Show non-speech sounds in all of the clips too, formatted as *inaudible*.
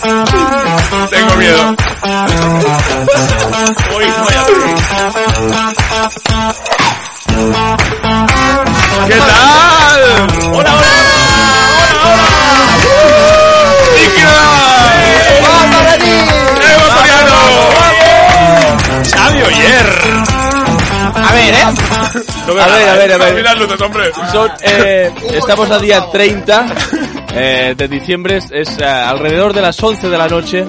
Tengo miedo. Hoy voy a- ¿Qué tal? Hola, hola, hola, hola. Líquida. ¡Evo Soriano! Xavi Oyer. A ver, ¿eh? No me A ver, ganas, a ver, a no me ver. miras luces, hombre. Son, Ah. eh, estamos a día 30 eh, de diciembre, es eh, alrededor de las 11 de la noche.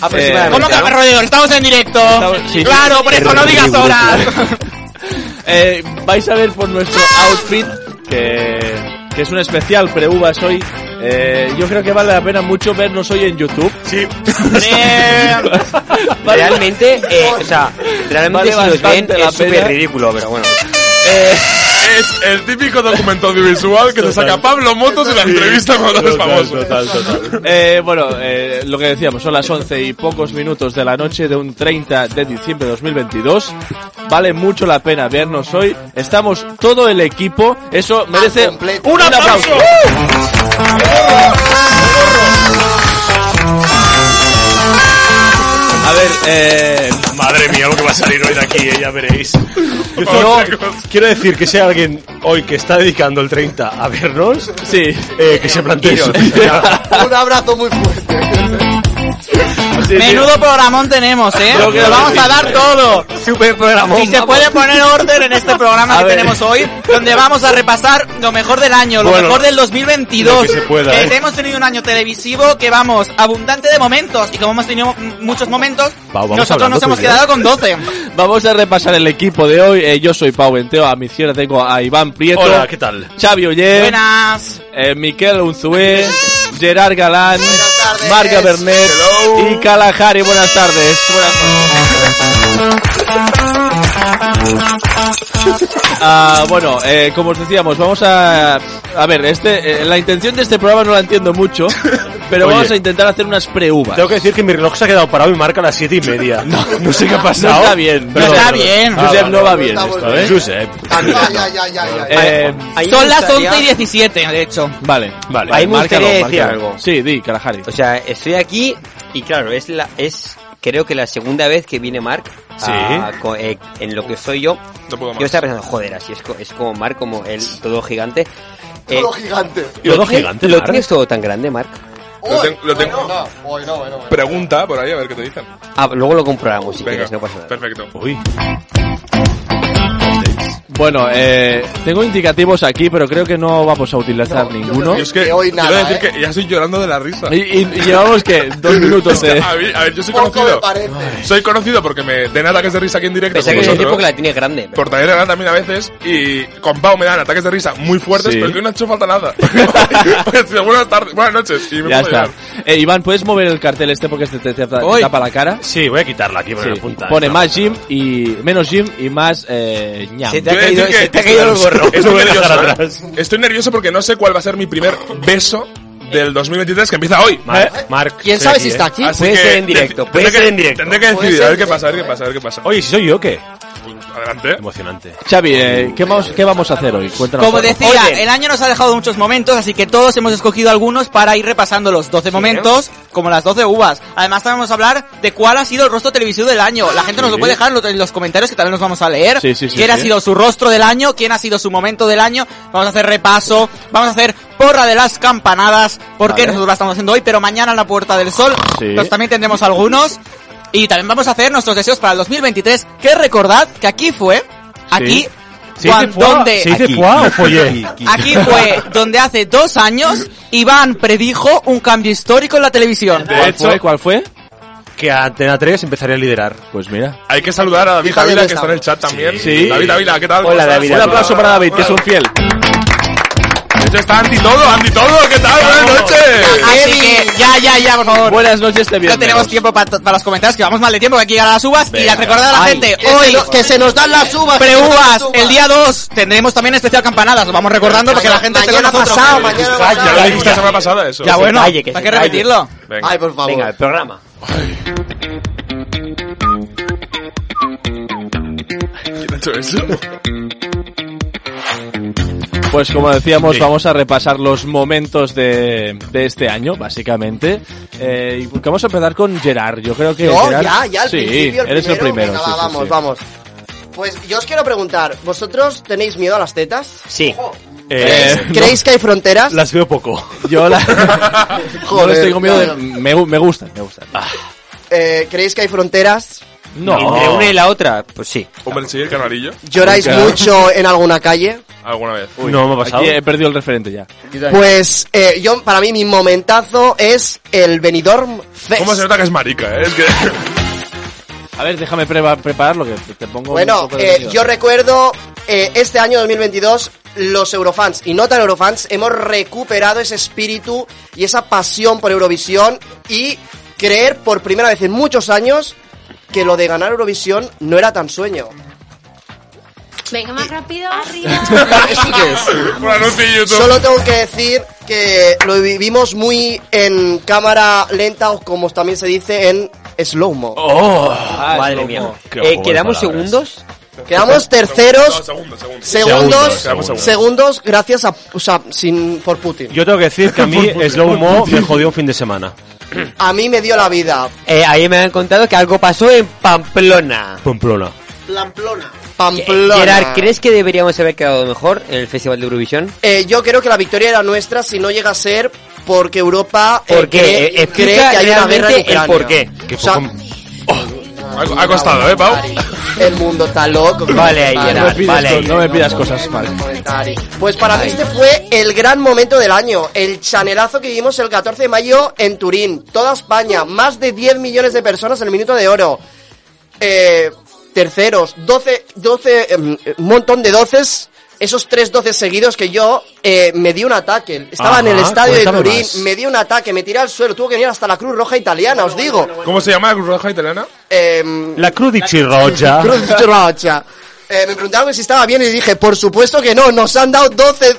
Aproximadamente, Eh, ¿Cómo que alrededor? Estamos en directo. Estamos- sí, sí. Claro, por eso no digas horas. eh, vais a ver por nuestro outfit, que, que es un especial pre-uvas hoy. Eh, yo creo que vale la pena mucho vernos hoy en YouTube. Sí. Vale- Realmente, eh, o sea, realmente Vale si nos ven bastante la es súper pena. ridículo, pero bueno. Es el típico documento audiovisual que te saca Pablo Motos en la entrevista cuando eres famoso. Eh, bueno, eh, lo que decíamos, son las 11 y pocos minutos de la noche de un 30 de diciembre de 2022. Vale mucho la pena vernos hoy. Estamos todo el equipo. Eso merece completo. Ah, un aplauso. ¡Uh! A ver, eh, Madre mía, lo que va a salir hoy de aquí, eh, ya veréis. No, Otra cosa. quiero decir que si hay alguien hoy que está dedicando el 30 a vernos, sí. eh, que se plantee eso. *laughs* *laughs* Un abrazo muy fuerte. Menudo programón tenemos, eh. Creo que Lo lo vamos a decís. dar todo. Super programón. Si se puede poner orden en este programa A que ver. tenemos hoy, donde vamos a repasar lo mejor del año, lo Bueno, mejor del 2022. lo que se pueda, Eh, eh. Hemos tenido un año televisivo que vamos abundante de momentos y como hemos tenido m- muchos momentos, Pau, vamos nosotros hablando nos tú hemos y yo. quedado con 12. *laughs* Vamos a repasar el equipo de hoy. Eh, yo soy Pau Venteo, a mi izquierda tengo a Iván Prieto, Hola, ¿qué tal? Xavi Oller, Buenas. eh, Miquel Unzué, Gerard Galán, tardes. Marga Bernet Hello. y Kalahari. Buenas tardes. Buenas Ah, bueno, eh, como os decíamos, vamos a... A ver, este, eh, la intención de este programa no la entiendo mucho, pero Oye. vamos a intentar hacer unas pre-uvas. Tengo que decir que mi reloj se ha quedado parado y marca las 7 y media. No, sé qué ha pasado. No está bien. Pero- No está bien. Josep, Ah, vale, no va vale. bien esto, ¿eh? ¿Eh? Josep. Ya, ya, ya, ya, ya. Eh, Son las 11 y 17, de hecho. vale, vale. Ahí me Márcalo, gustaría decir márcalo. algo. Sí, di, Kalahari. O sea, estoy aquí y claro, es la es creo que la segunda vez que viene Mark a- co- eh, en lo que soy yo. No puedo más. Yo estaba pensando, joder, así es, co- es como Mark, como el todo gigante. Eh, Todo gigante. ¿Y los ¿lo dos tiene- gigantes, ¿Lo Marc? tienes todo tan grande, Mark? Lo tengo- lo Hoy, tengo. hoy no, hoy no, hoy no, hoy no. Pregunta por ahí, a ver qué te dicen. Ah, luego lo comprobamos si Venga, quieres, no pasa nada. perfecto. Uy. Bueno, eh, tengo indicativos aquí, pero creo que no vamos a utilizar ninguno. Yo es que, Que hoy nada, quiero decir ¿eh? que ya estoy llorando de la risa. Y, y- y llevamos que dos minutos de. A, mí- a ver, yo soy Poco me conocido. parece. Soy conocido porque me den ataques de risa aquí en directo Pensaba con que era el tipo vosotros. que la tiene grande. Por tener edad también a veces. Y con Pau me dan ataques de risa muy fuertes, Sí. pero que hoy no ha hecho falta nada. *laughs* Pues, buenas tardes, buenas noches. Y me Ya pongo a está. llorar. Eh, Iván, ¿puedes mover el cartel este porque este te, te tapa Voy. tapa la cara? Sí, voy a quitarla aquí, Sí. poner la punta. Pone No. más gym y. menos gym y más eh, ñam. Se te ha Yo voy a caído, decir se te ha que- caído el gorro. *laughs* Estoy No voy a dejar nervioso, atrás. ¿eh? Estoy nervioso porque no sé cuál va a ser mi primer beso del 2023 que empieza hoy. Marc, Marc, ¿Quién estoy sabe aquí, si eh. está aquí? Así Puede que ser en directo, tendré puede que- ser en directo. Tendré que Puede decidir, ser a ver qué en pasa, a ver qué directo, pasa, a ver qué pasa. Oye, si soy yo, ¿qué? Adelante. Emocionante. Xavi, eh, ¿qué, vamos, ¿qué vamos a hacer hoy? Cuéntanos. Como algo. decía, eh, el año nos ha dejado muchos momentos, así que todos hemos escogido algunos para ir repasando los 12 momentos, como las 12 uvas. Además, también vamos a hablar de cuál ha sido el rostro televisivo del año. La gente nos lo puede dejar en los- en los comentarios que también los vamos a leer. Sí, sí, sí, ¿Quién ha sí. sido su rostro del año? ¿Quién ha sido su momento del año? Vamos a hacer repaso, vamos a hacer porra de las campanadas, porque Vale. nosotros la estamos haciendo hoy, pero mañana en la Puerta del Sol. Sí. Entonces también tendremos algunos. Y también vamos a hacer nuestros deseos para el 2023, que recordad que aquí fue, aquí ¿Se dice cuan- foie? donde- ¿Se dice Aquí. foie *laughs* o follé? Aquí fue donde hace dos años Iván predijo un cambio histórico en la televisión. ¿Cuál fue? ¿Cuál fue? Que Antena 3 empezaría a liderar. Pues mira. Hay que saludar a David Quítale Ávila, esa. que está en el chat también. Sí. David Ávila, ¿qué tal? Hola, ¿Cómo David estás? Un aplauso para David, que es un fiel. Ese Este está anti todo, anti todo. ¿Qué tal? Buenas noches. Así que, ya, ya, ya, por favor. Buenas noches, este No viernes. tenemos tiempo pa- para los comentarios, que vamos mal de tiempo, que hay que llegar a las uvas. Y recordad a la gente, hoy, que se nos dan las uvas. que se nos dan las pre-uvas, uvas. el día 2, tendremos también especial campanadas. Lo vamos recordando porque la gente esté con mañana nosotros. pasado, mañana Ah, ya lo pasado. dijiste la semana pasada eso. Ya bueno, calle, que hay se que calle. repetirlo. Venga. Ay, por favor. Venga, el programa. ¿Quién ha hecho eso? Pues como decíamos, Sí. vamos a repasar los momentos de, de este año, básicamente. Eh, y vamos a empezar con Gerard. Yo creo que No, Gerard- ya, ya, al sí, principio, el eres primero. el primero. Venga, sí, va, sí, vamos, sí. vamos. Pues yo os quiero preguntar, ¿vosotros tenéis miedo a las tetas? Sí. Eh, ¿Creéis que hay fronteras? Las veo poco. *laughs* Yo la... yo les tengo miedo de... claro. Me, gu- me gustan, me gustan. Ah, Eh, ¿Creéis que hay fronteras? Entre No. una y la otra, pues sí. Hombre, sí, el canarillo. ¿Lloráis Nunca. mucho en alguna calle? Alguna vez. no me ha pasado. Aquí he perdido el referente ya. Pues eh, yo, para mí, mi momentazo es el Benidorm Fest. ¿Cómo se nota que es marica, eh? Es que... *laughs* A ver, déjame preva- prepararlo, que te pongo... un Bueno, poco de eh, sonido. yo recuerdo eh, este año 2022 los Eurofans y no tan Eurofans hemos recuperado ese espíritu y esa pasión por Eurovisión y creer por primera vez en muchos años que lo de ganar Eurovisión no era tan *laughs* sueño. Venga, más rápido. Arriba. ¿Esto qué es? Un anuncio en YouTube. Solo tengo que decir que lo vivimos muy en cámara lenta o como también se dice en slow-mo. Ah, es Madre como- mía. Qué Eh, juego de ¿Quedamos palabras. segundos? Oh. *laughs* Quedamos No, terceros, segundo, segundo. segundos, Quedamos segundos, segundos gracias a, o sea, sin, por Putin. Yo tengo que decir que a mí Slow Mo me jodió un fin de semana. A mí me dio la vida. Eh, ahí me han contado que algo pasó en Pamplona. Pamplona. Pamplona. Eh, Pamplona. Gerard, ¿crees que deberíamos haber quedado mejor en el Festival de Eurovisión? Eh, yo creo que la victoria era nuestra si no llega a ser porque Europa eh, Porque cree, eh, cree explica que hay una guerra en realmente el Ucrania. porqué. O sea, Ha, ha costado, eh, Pau. el mundo está loco. Vale, Vale. ahí, No me Gerard, pidas, vale. no me pidas cosas, vale. Pues para mí este fue el gran momento del año, el chanelazo que vivimos el 14 de mayo en Turín, toda España, más de 10 millones de personas en el minuto de oro. Eh, terceros, 12, 12, em, un montón de doces, esos tres doces seguidos que yo eh, me di un ataque. Estaba en el Ajá, estadio de cuéntame Turín, más. me di un ataque, me tiré al suelo, tuvo que venir hasta la Cruz Roja Italiana, os digo. ¿Cómo se llama la Cruz Roja Italiana? Em, La Crudici Roja. Cruz Roja. Ah. Eh, me preguntaron si estaba bien y dije, por supuesto que no, nos han dado 12,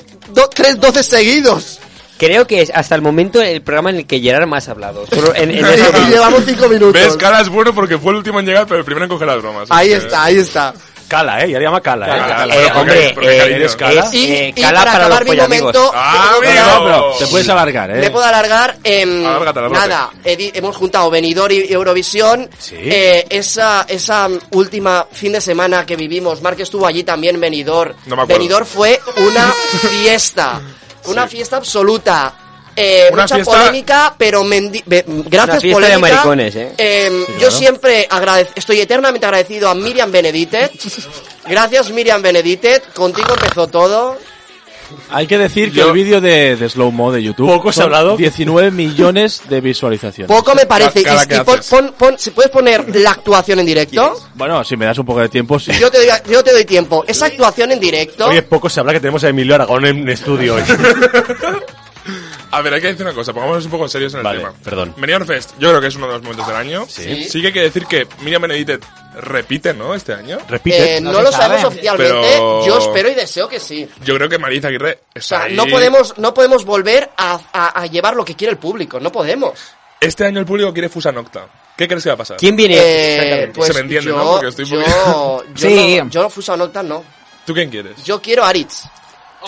3, 12 seguidos. Creo que es hasta el momento el programa en el que Gerard más ha hablado. Solo en- *laughs* Eh, en esa- Y Llevamos 5 ¿Ves? minutos. Cara es bueno porque fue el último en llegar, pero el primero en coger las bromas. Ahí Eh, está, ahí está. Cala, eh. Ya le llama Cala, eh. Cala, Eh, Pero, hombre, porque- porque, eh, cariño, es- Cala. es, Y, eh, y cala para, para, los acabar mi pollamigos. momento, *laughs* ¡Ah, te puedo amigo! dar- Pero te puedes alargar, eh. me puedo alargar en Alárgate, alárgate. nada. he di- hemos juntado Benidorm y Eurovisión. Sí. Eh, esa esa mm, última fin de semana que vivimos, Mark estuvo allí también en Benidorm. No me acuerdo. Benidorm fue *laughs* una fiesta, una fiesta absoluta. Eh, Una mucha fiesta- polémica, pero mendi- be- gracias Una fiesta de polémica. maricones, ¿eh? Eh, Yo siempre agradez- estoy eternamente agradecido a Miriam *laughs* Beneditet. Gracias Miriam Beneditet, contigo empezó todo. Hay que decir que Yo- el vídeo de, de Slow Mo de YouTube. Poco se ha son hablado. 19 millones de visualizaciones. Poco me parece. Cara Y- que y pon- haces. pon- pon- si puedes poner la actuación en directo, Bueno, si me das un poco de tiempo, sí. yo te, doy, yo te doy tiempo. Esa actuación en directo, Oye, poco se habla que tenemos a Emilio Aragón en estudio hoy. A ver, hay que decir una cosa, pongámonos un poco serios en el Vale, tema. perdón. Benidorm Fest, yo creo que es uno de los momentos del año. Sí. Sí que hay que decir que Miriam Beneditet repite, ¿no? Este año. Repite. eh, no, lo sabemos oficialmente. Pero- Yo espero y deseo que sí. Yo creo que Marisa Aguirre O está sea, ahí. no podemos, no podemos volver a, a- a llevar lo que quiere el público. No podemos. Este año el público quiere Fusa Nocta. ¿Qué crees que va a pasar? ¿Quién viene? Eh, pues Se me entiende, yo, ¿no? Porque estoy yo, *laughs* muy- yo, Sí. no, yo no fuso a Nocta, no. ¿Tú quién quieres? Yo quiero Aritz.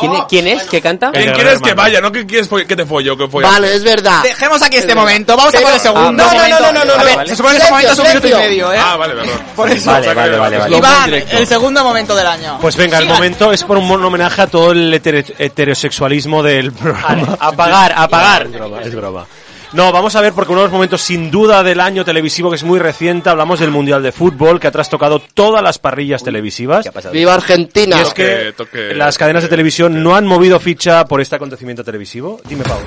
¿Quién, quién es? ¿Qué canta? Eh, ¿Quién Gran quieres que Hermano. vaya? No que quieres fo- que te follo, que follo. Vale, es verdad. Dejemos aquí este momento, vamos a por el segundo. Ah, no, no, momento. no, no, no, A no, ver, vale. se supone que este momento es un Silencio, minuto y medio, ¿eh? Ah, vale, *laughs* perdón. Por eso. O sea, Vale, que vale, me vale, bajas. vale. Iván, directo. el segundo momento del año. Pues venga, el Sigan. momento es por un mon- homenaje a todo el hetere- heterosexualismo del programa. Apagar, apagar. Es broma, es broma. No, vamos a ver porque uno de los momentos sin duda del año televisivo que es muy reciente, hablamos del Mundial de Fútbol que ha trastocado todas las parrillas televisivas. ¿Qué ha pasado? ¡Viva Argentina! Y es que Toque, toque, las cadenas de toque, televisión toque. no han movido ficha por este acontecimiento televisivo. Dime, Pau.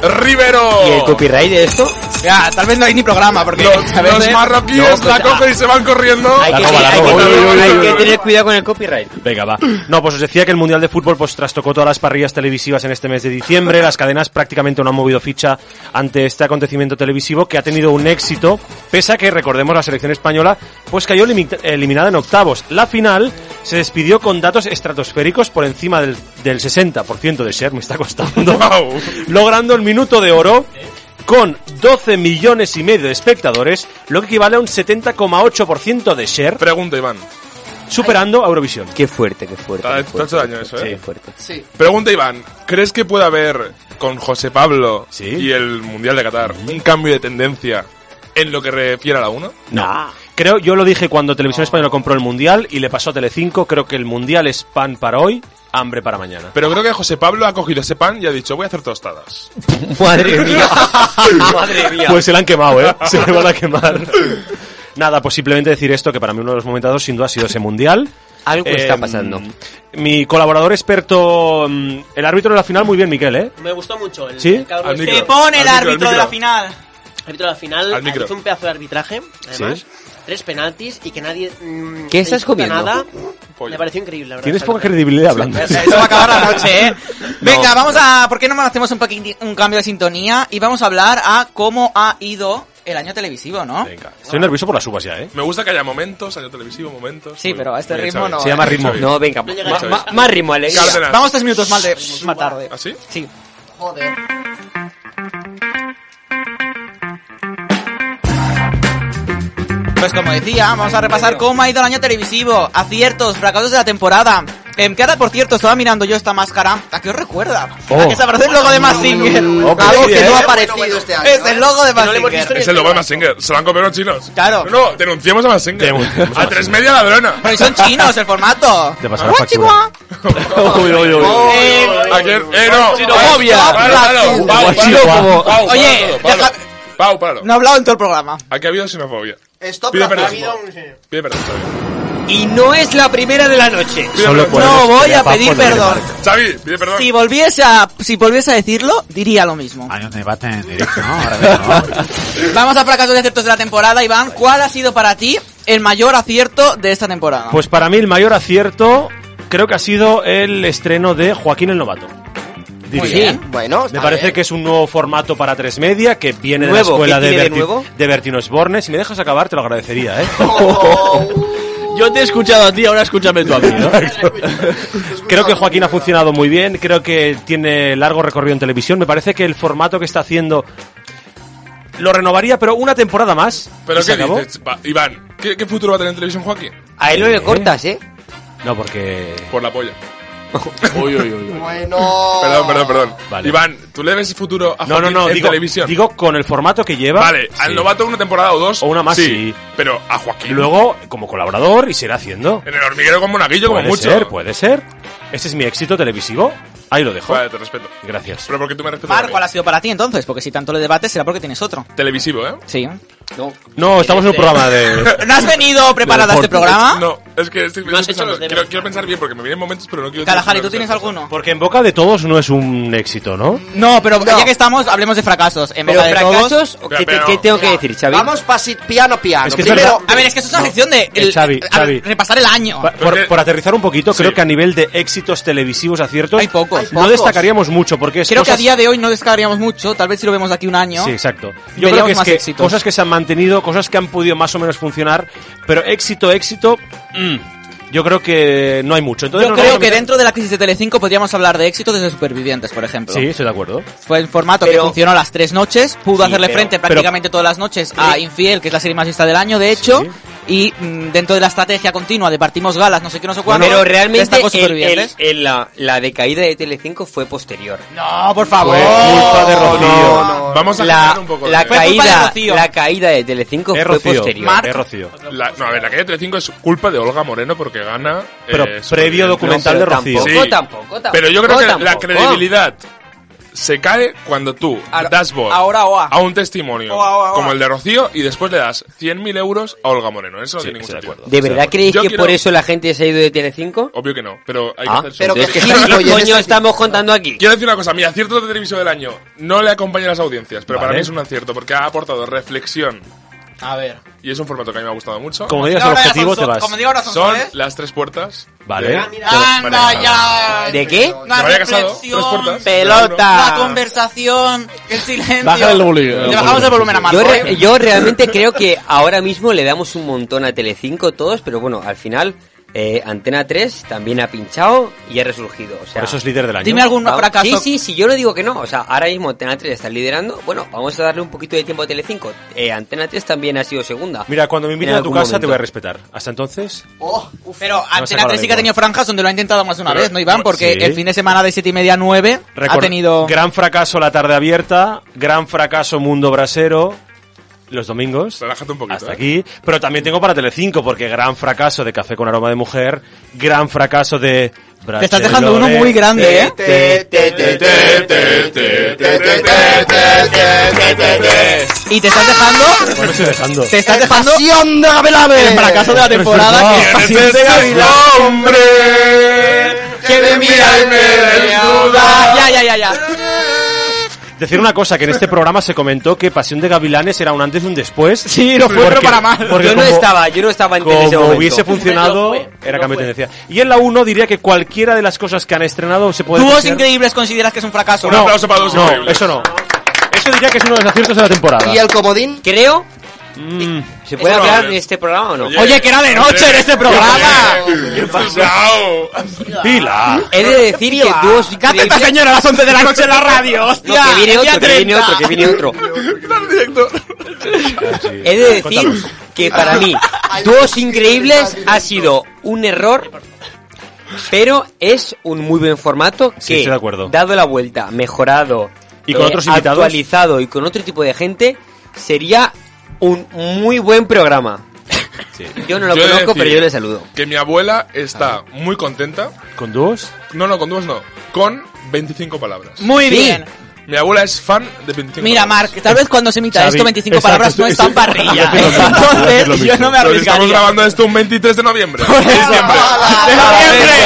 Rivero. ¿Y el copyright de esto? Ya, tal vez no hay ni programa, porque Los, a veces- los marroquíes ¿eh? No, la pero- cogen y se van corriendo. Hay que, acabo, la hay acabo. que- Uy, uy, uy, hay uy, que uy. tener cuidado con el copyright. Venga, va. No, pues os decía que el Mundial de Fútbol pues trastocó todas las parrillas televisivas en este mes de diciembre. Las cadenas prácticamente no han movido ficha ante este acontecimiento televisivo que ha tenido un éxito, pese a que, recordemos, la selección española pues cayó limi- eliminada en octavos. La final se despidió con datos estratosféricos por encima del, del 60% de share, me está *laughs* costando. Wow. logrando el minuto de oro con 12 millones y medio de espectadores, lo que equivale a un 70,8% de share, Pregunta, Iván. superando a Eurovisión. Qué fuerte, qué fuerte. Ah, qué te ha fuerte, hecho daño qué eso, fuerte, ¿eh? qué fuerte. Sí. Pregunta, Iván. ¿Crees que puede haber con José Pablo Sí. y el Mundial de Qatar un cambio de tendencia en lo que refiere a la 1? No. Ah. Creo, yo lo dije cuando Televisión Española compró el Mundial y le pasó a Telecinco, creo que el Mundial es pan para hoy, hambre para mañana. Pero creo que José Pablo ha cogido ese pan y ha dicho, voy a hacer tostadas. *laughs* Madre mía. Madre mía. Pues se la han quemado, ¿eh? Se le van a quemar. Nada, pues simplemente decir esto, que para mí uno de los momentazos sin duda ha sido ese Mundial. Algo Eh, está pasando. Mi colaborador experto, mm, el árbitro de la final, muy bien, Miquel, ¿eh? Me gustó mucho. El, ¿Sí? el cabrón Al este- micro. Te pone el Al micro, al árbitro de micro. la final. árbitro de la final Al micro. hizo un pedazo de arbitraje, además. Sí. Tres penaltis y que nadie. mm, ¿Qué le estás imputa comiendo? Nada. Pollo. Me pareció increíble, la verdad. Tienes poca credibilidad hablando. O sea, Eso va a acabar la noche, *laughs* ¿eh? Venga, vamos a... ¿Por qué no hacemos un, pequeñi- un cambio de sintonía? Y vamos a hablar a cómo ha ido el año televisivo, ¿no? Venga, estoy nervioso por las uvas ya, ¿eh? Me gusta que haya momentos, año televisivo, momentos. Sí, pero a este ritmo no, Se llama ritmo. No, venga. No ma- llegáis. ma- más ritmo, Alex. Cárdenas. Vamos tres minutos más, de, más tarde. ¿Ah, sí? Sí. Joder. Pues como decía, vamos a repasar cómo ha ido el año televisivo, aciertos, fracasos de la temporada. Em, que ahora, por cierto, estaba mirando yo esta máscara. ¿A qué os recuerda? Oh. ¿A que se parece el logo de Mazinger? Oh, pues Algo sí, que ¿eh? no ha aparecido este año. Es el logo de no le hemos Mazinger. visto ni- Es el logo de Mazinger. Se lo han copiado los chinos. Claro. No, no, denunciemos a Mazinger. Denunciemos a A tres media ladrona. Pero son chinos, el *laughs* formato. Te pasará Ah, factura. chihuahua. *laughs* Uy, uy, uy. Em, Ayer, eh, no. Xenofobia. Páralo, páralo. Pau, Guachino páralo. como- Pau, Oye, páralo, páralo. Pau, páralo. no he hablado en todo el programa. Aquí ha habido xenofobia. Stop Pide racismo. perdón. Pide perdón. Xavi. Y no es la primera de la noche. Pide Solo perdón. puedes No voy a estudiar para pedir poner perdón. marca. Xavi, pide perdón. Si volviese a, si volviese a decirlo, diría lo mismo. Hay un debate en directo, ¿no? Ahora mismo. *laughs* Vamos a fracasos y aciertos de la temporada, Iván. ¿Cuál ha sido para ti el mayor acierto de esta temporada? Pues para mí el mayor acierto creo que ha sido el estreno de Joaquín el Novato. Diría. Muy bien. Bueno, Me está parece bien. que es un nuevo formato para tres media que viene de la Pues ¿Nuevo? escuela ¿Qué de, tiene de Berti- nuevo? de Bertín Osborne. Si me dejas acabar, te lo agradecería, ¿eh? *laughs* Yo te he escuchado a ti, ahora escúchame tú a mí, ¿no? Creo que Joaquín ha funcionado muy bien, creo que tiene largo recorrido en televisión. Me parece que el formato que está haciendo lo renovaría, pero una temporada más. ¿Pero ¿Y se qué acabó? dices? Va, Iván, ¿qué, ¿qué futuro va a tener en televisión Joaquín? A él no le cortas, ¿eh? No, porque... Por *laughs* la polla. Uy, uy, uy. Bueno. *laughs* Perdón, perdón, perdón. Vale. Iván, ¿tú le ves futuro a No, Ah, Joaquín no, no, en digo, televisión? digo con el formato que lleva. Vale, al Sí. novato una temporada o dos. O una más, sí. Pero a Y Joaquín. luego, como colaborador, y será haciendo. En el hormiguero con Monaguillo, como puede mucho. ser, puede ser. Este es mi éxito televisivo. Ahí lo dejo. Vale, te respeto. Gracias. Pero porque tú me respetas. Mar, a mí. ¿cuál ha sido para ti entonces? Porque si tanto le debates será porque tienes otro. Televisivo, ¿eh? Sí. No, estamos en un programa de... ¿No has venido preparada a este programa? No, es que estoy, No has estoy hecho los pensando. deberes. Quiero, quiero pensar bien porque me vienen momentos, pero no quiero. Kalahari, ¿tú decir tienes una cosa. alguno? Porque en boca de todos no es un éxito, ¿no? No, pero ya que estamos, hablemos de fracasos. En Pero boca de todos. fracasos, Pero, ¿qué, te- pero- qué tengo que decir, Xavi? Vamos pasi piano piano. Es que es Primero, verdad. A ver, es que esto es una sección de el- Eh, Xavi, a ver, Xavi. repasar el año. Pa- Por, Porque- por aterrizar un poquito, Sí. creo que a nivel de éxitos televisivos aciertos, Hay pocos. Hay no pocos. destacaríamos mucho porque es Creo que a cosas- día de hoy no descargaríamos mucho, tal vez si lo vemos de aquí un año. Sí, exacto. Yo Veríamos creo que es más que éxitos. cosas que se han mantenido, cosas que han podido más o menos funcionar, pero éxito, éxito, mm, yo creo que no hay mucho. Entonces Yo nos creo vamos a que meter- dentro de la crisis de Telecinco podríamos hablar de éxitos desde Supervivientes, por ejemplo. Sí, estoy de acuerdo. Fue el formato que Pero- funcionó las tres noches, pudo Sí, hacerle pero- frente prácticamente todas las noches a Infiel, que es la serie más vista del año, de hecho. y mm, dentro de la estrategia continua de partimos galas, no sé qué, no sé cuándo, pero está realmente con el- el- supervivientes. el- la, la decaída de Telecinco fue posterior. No, por favor. Eh, Vamos a la, aclarar un poco la de- caída, la caída de Telecinco fue posterior. La- no, a ver, la calle 35 es culpa de Olga Moreno porque gana. eh, Pero previo documental de Rocío. Tampoco, tampoco, tampoco, Pero yo creo que la tampoco. credibilidad se cae cuando tú das voz ahora, oa. a un testimonio Oa, oa, oa. como el de Rocío y después le das 100.000 euros a Olga Moreno. Eso no tiene ningún sentido. ¿De verdad creéis Yo que quiero- por eso la gente se ha ido de *laughs* Telecinco? Obvio que no, pero hay Ah, que hacer pero su- que *laughs* coño estamos contando aquí. Quiero decir una cosa, mi acierto de televisión del año no le acompaña a las audiencias, pero para Vale. mí es un acierto porque ha aportado reflexión A ver. y es un formato que a mí me ha gustado mucho. Como digas el Ahora ya son objetivo, so- te vas. Como digo, ahora son Son soles. las tres puertas. Vale. de- Anda Vale. ya. ¿De qué? Una Se había casado, reflexión, tres puertas. La Pelota. conversación, el silencio. Baja el volumen. Le bajamos el volumen a Marco. Yo, re- ¿eh? yo realmente creo que ahora mismo le damos un montón a Telecinco todos, pero bueno, al final eh, Antena 3 también ha pinchado y ha resurgido. O sea, Por eso es líder del año. Dime algún vamos- fracaso. Sí, sí, sí, yo no digo que no. O sea, ahora mismo Antena 3 está liderando. Bueno, vamos a darle un poquito de tiempo a Telecinco. Eh, Antena 3 también ha sido segunda. Mira, cuando me inviten En a tu algún casa te voy a momento. respetar. Hasta entonces, Oh, Pero Antena acaba 3 sí que igual. ha tenido franjas donde lo ha intentado más de una Pero- vez, ¿no, Iván? Porque Sí. el fin de semana de 7 y media a 9 ha record- tenido... gran fracaso la tarde abierta, gran fracaso Mundo Brasero, los domingos. Relájate un poquito. Hasta ¿eh? aquí, pero también tengo para Telecinco porque gran fracaso de Café con aroma de mujer, gran fracaso de Te estás dejando uno muy *laughs* grande, ¿eh? Te, te, te, te, te, te, te, te, te, te, te, te. Y te estás dejando... ¿Cuál me estoy dejando? Te estás dejando Pasión de Gabelarre. el fracaso de la temporada que... ¿Quién *laughs* es este hombre que me mira y me desnuda? Ya, ya, ya, ya. Decir una cosa, que en este programa se comentó que Pasión de Gavilanes era un antes y un después. Sí, no fue, pero para mal. porque yo no como- estaba, yo no estaba en ese Como momento. hubiese funcionado, No fue, era no cambio fue. de tendencia. Y en la 1 diría que cualquiera de las cosas que han estrenado se puede Dúos desear- increíbles consideras que es un fracaso. Un No, aplauso para dos no, increíbles. eso no. Eso diría que es uno de los aciertos de la temporada. Y el comodín. Creo. Mm. ¿Se puede Bueno, hablar vale. de este programa o no? Oye, que era de noche en este programa. ¿Qué pasao? Pilar. He de decir que dúos Cállate esta increíbles... señora a las 11 de la noche en la radio, No, hostia. que viene el día otro, que viene 30. otro, que viene otro. He de decir que para mí, Dúos Increíbles ha sido un error, pero es un muy buen formato que, Sí, estoy de acuerdo. dado la vuelta, mejorado, eh, ¿Y con otros invitados? actualizado y con otro tipo de gente, sería un muy buen programa. Yo no lo Yo he de conozco, decir pero yo le saludo. Que mi abuela está muy contenta. ¿Con dúos? No, no, con dos no. Con 25 palabras. Muy Sí. bien. Mi abuela es fan de 25 Mira, palabras. Mark, tal vez cuando se emita Xavi, esto 25 exacto, palabras no sí, están sí. parrilla. Yo creo que- Entonces, yo creo que yo no me Pero si estamos arriesgaría. grabando esto un 23 de noviembre. ¡De Ah,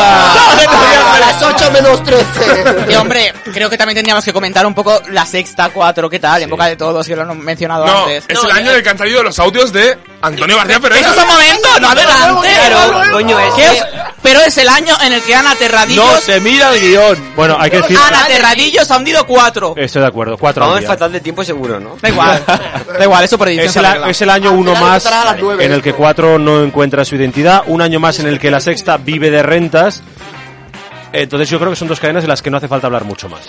A noviembre! las 8 menos 13. Y hombre, creo que también tendríamos que comentar un poco la sexta, cuatro, ¿qué tal? En boca de todos, que lo han mencionado No, antes. eh, es el año del que han salido los audios de Antonio García Pérez. ¡Eso es un momento! ¡No adelante! Claro, coño, es ¿Qué que- os- Pero es el año en el que Ana No Terradillos... se mira el guión. Bueno, hay que decir. Ana Terradillos ha hundido cuatro. Estoy de acuerdo, cuatro al Vamos día. fatal de tiempo seguro, ¿no? Da igual. Da igual, eso por edición. Es se el, arregla. es el año uno final más empezará a las nueve, en el esto. que cuatro no encuentra su identidad, un año más en el que la sexta vive de rentas. Entonces yo creo que son dos cadenas en las que no hace falta hablar mucho más.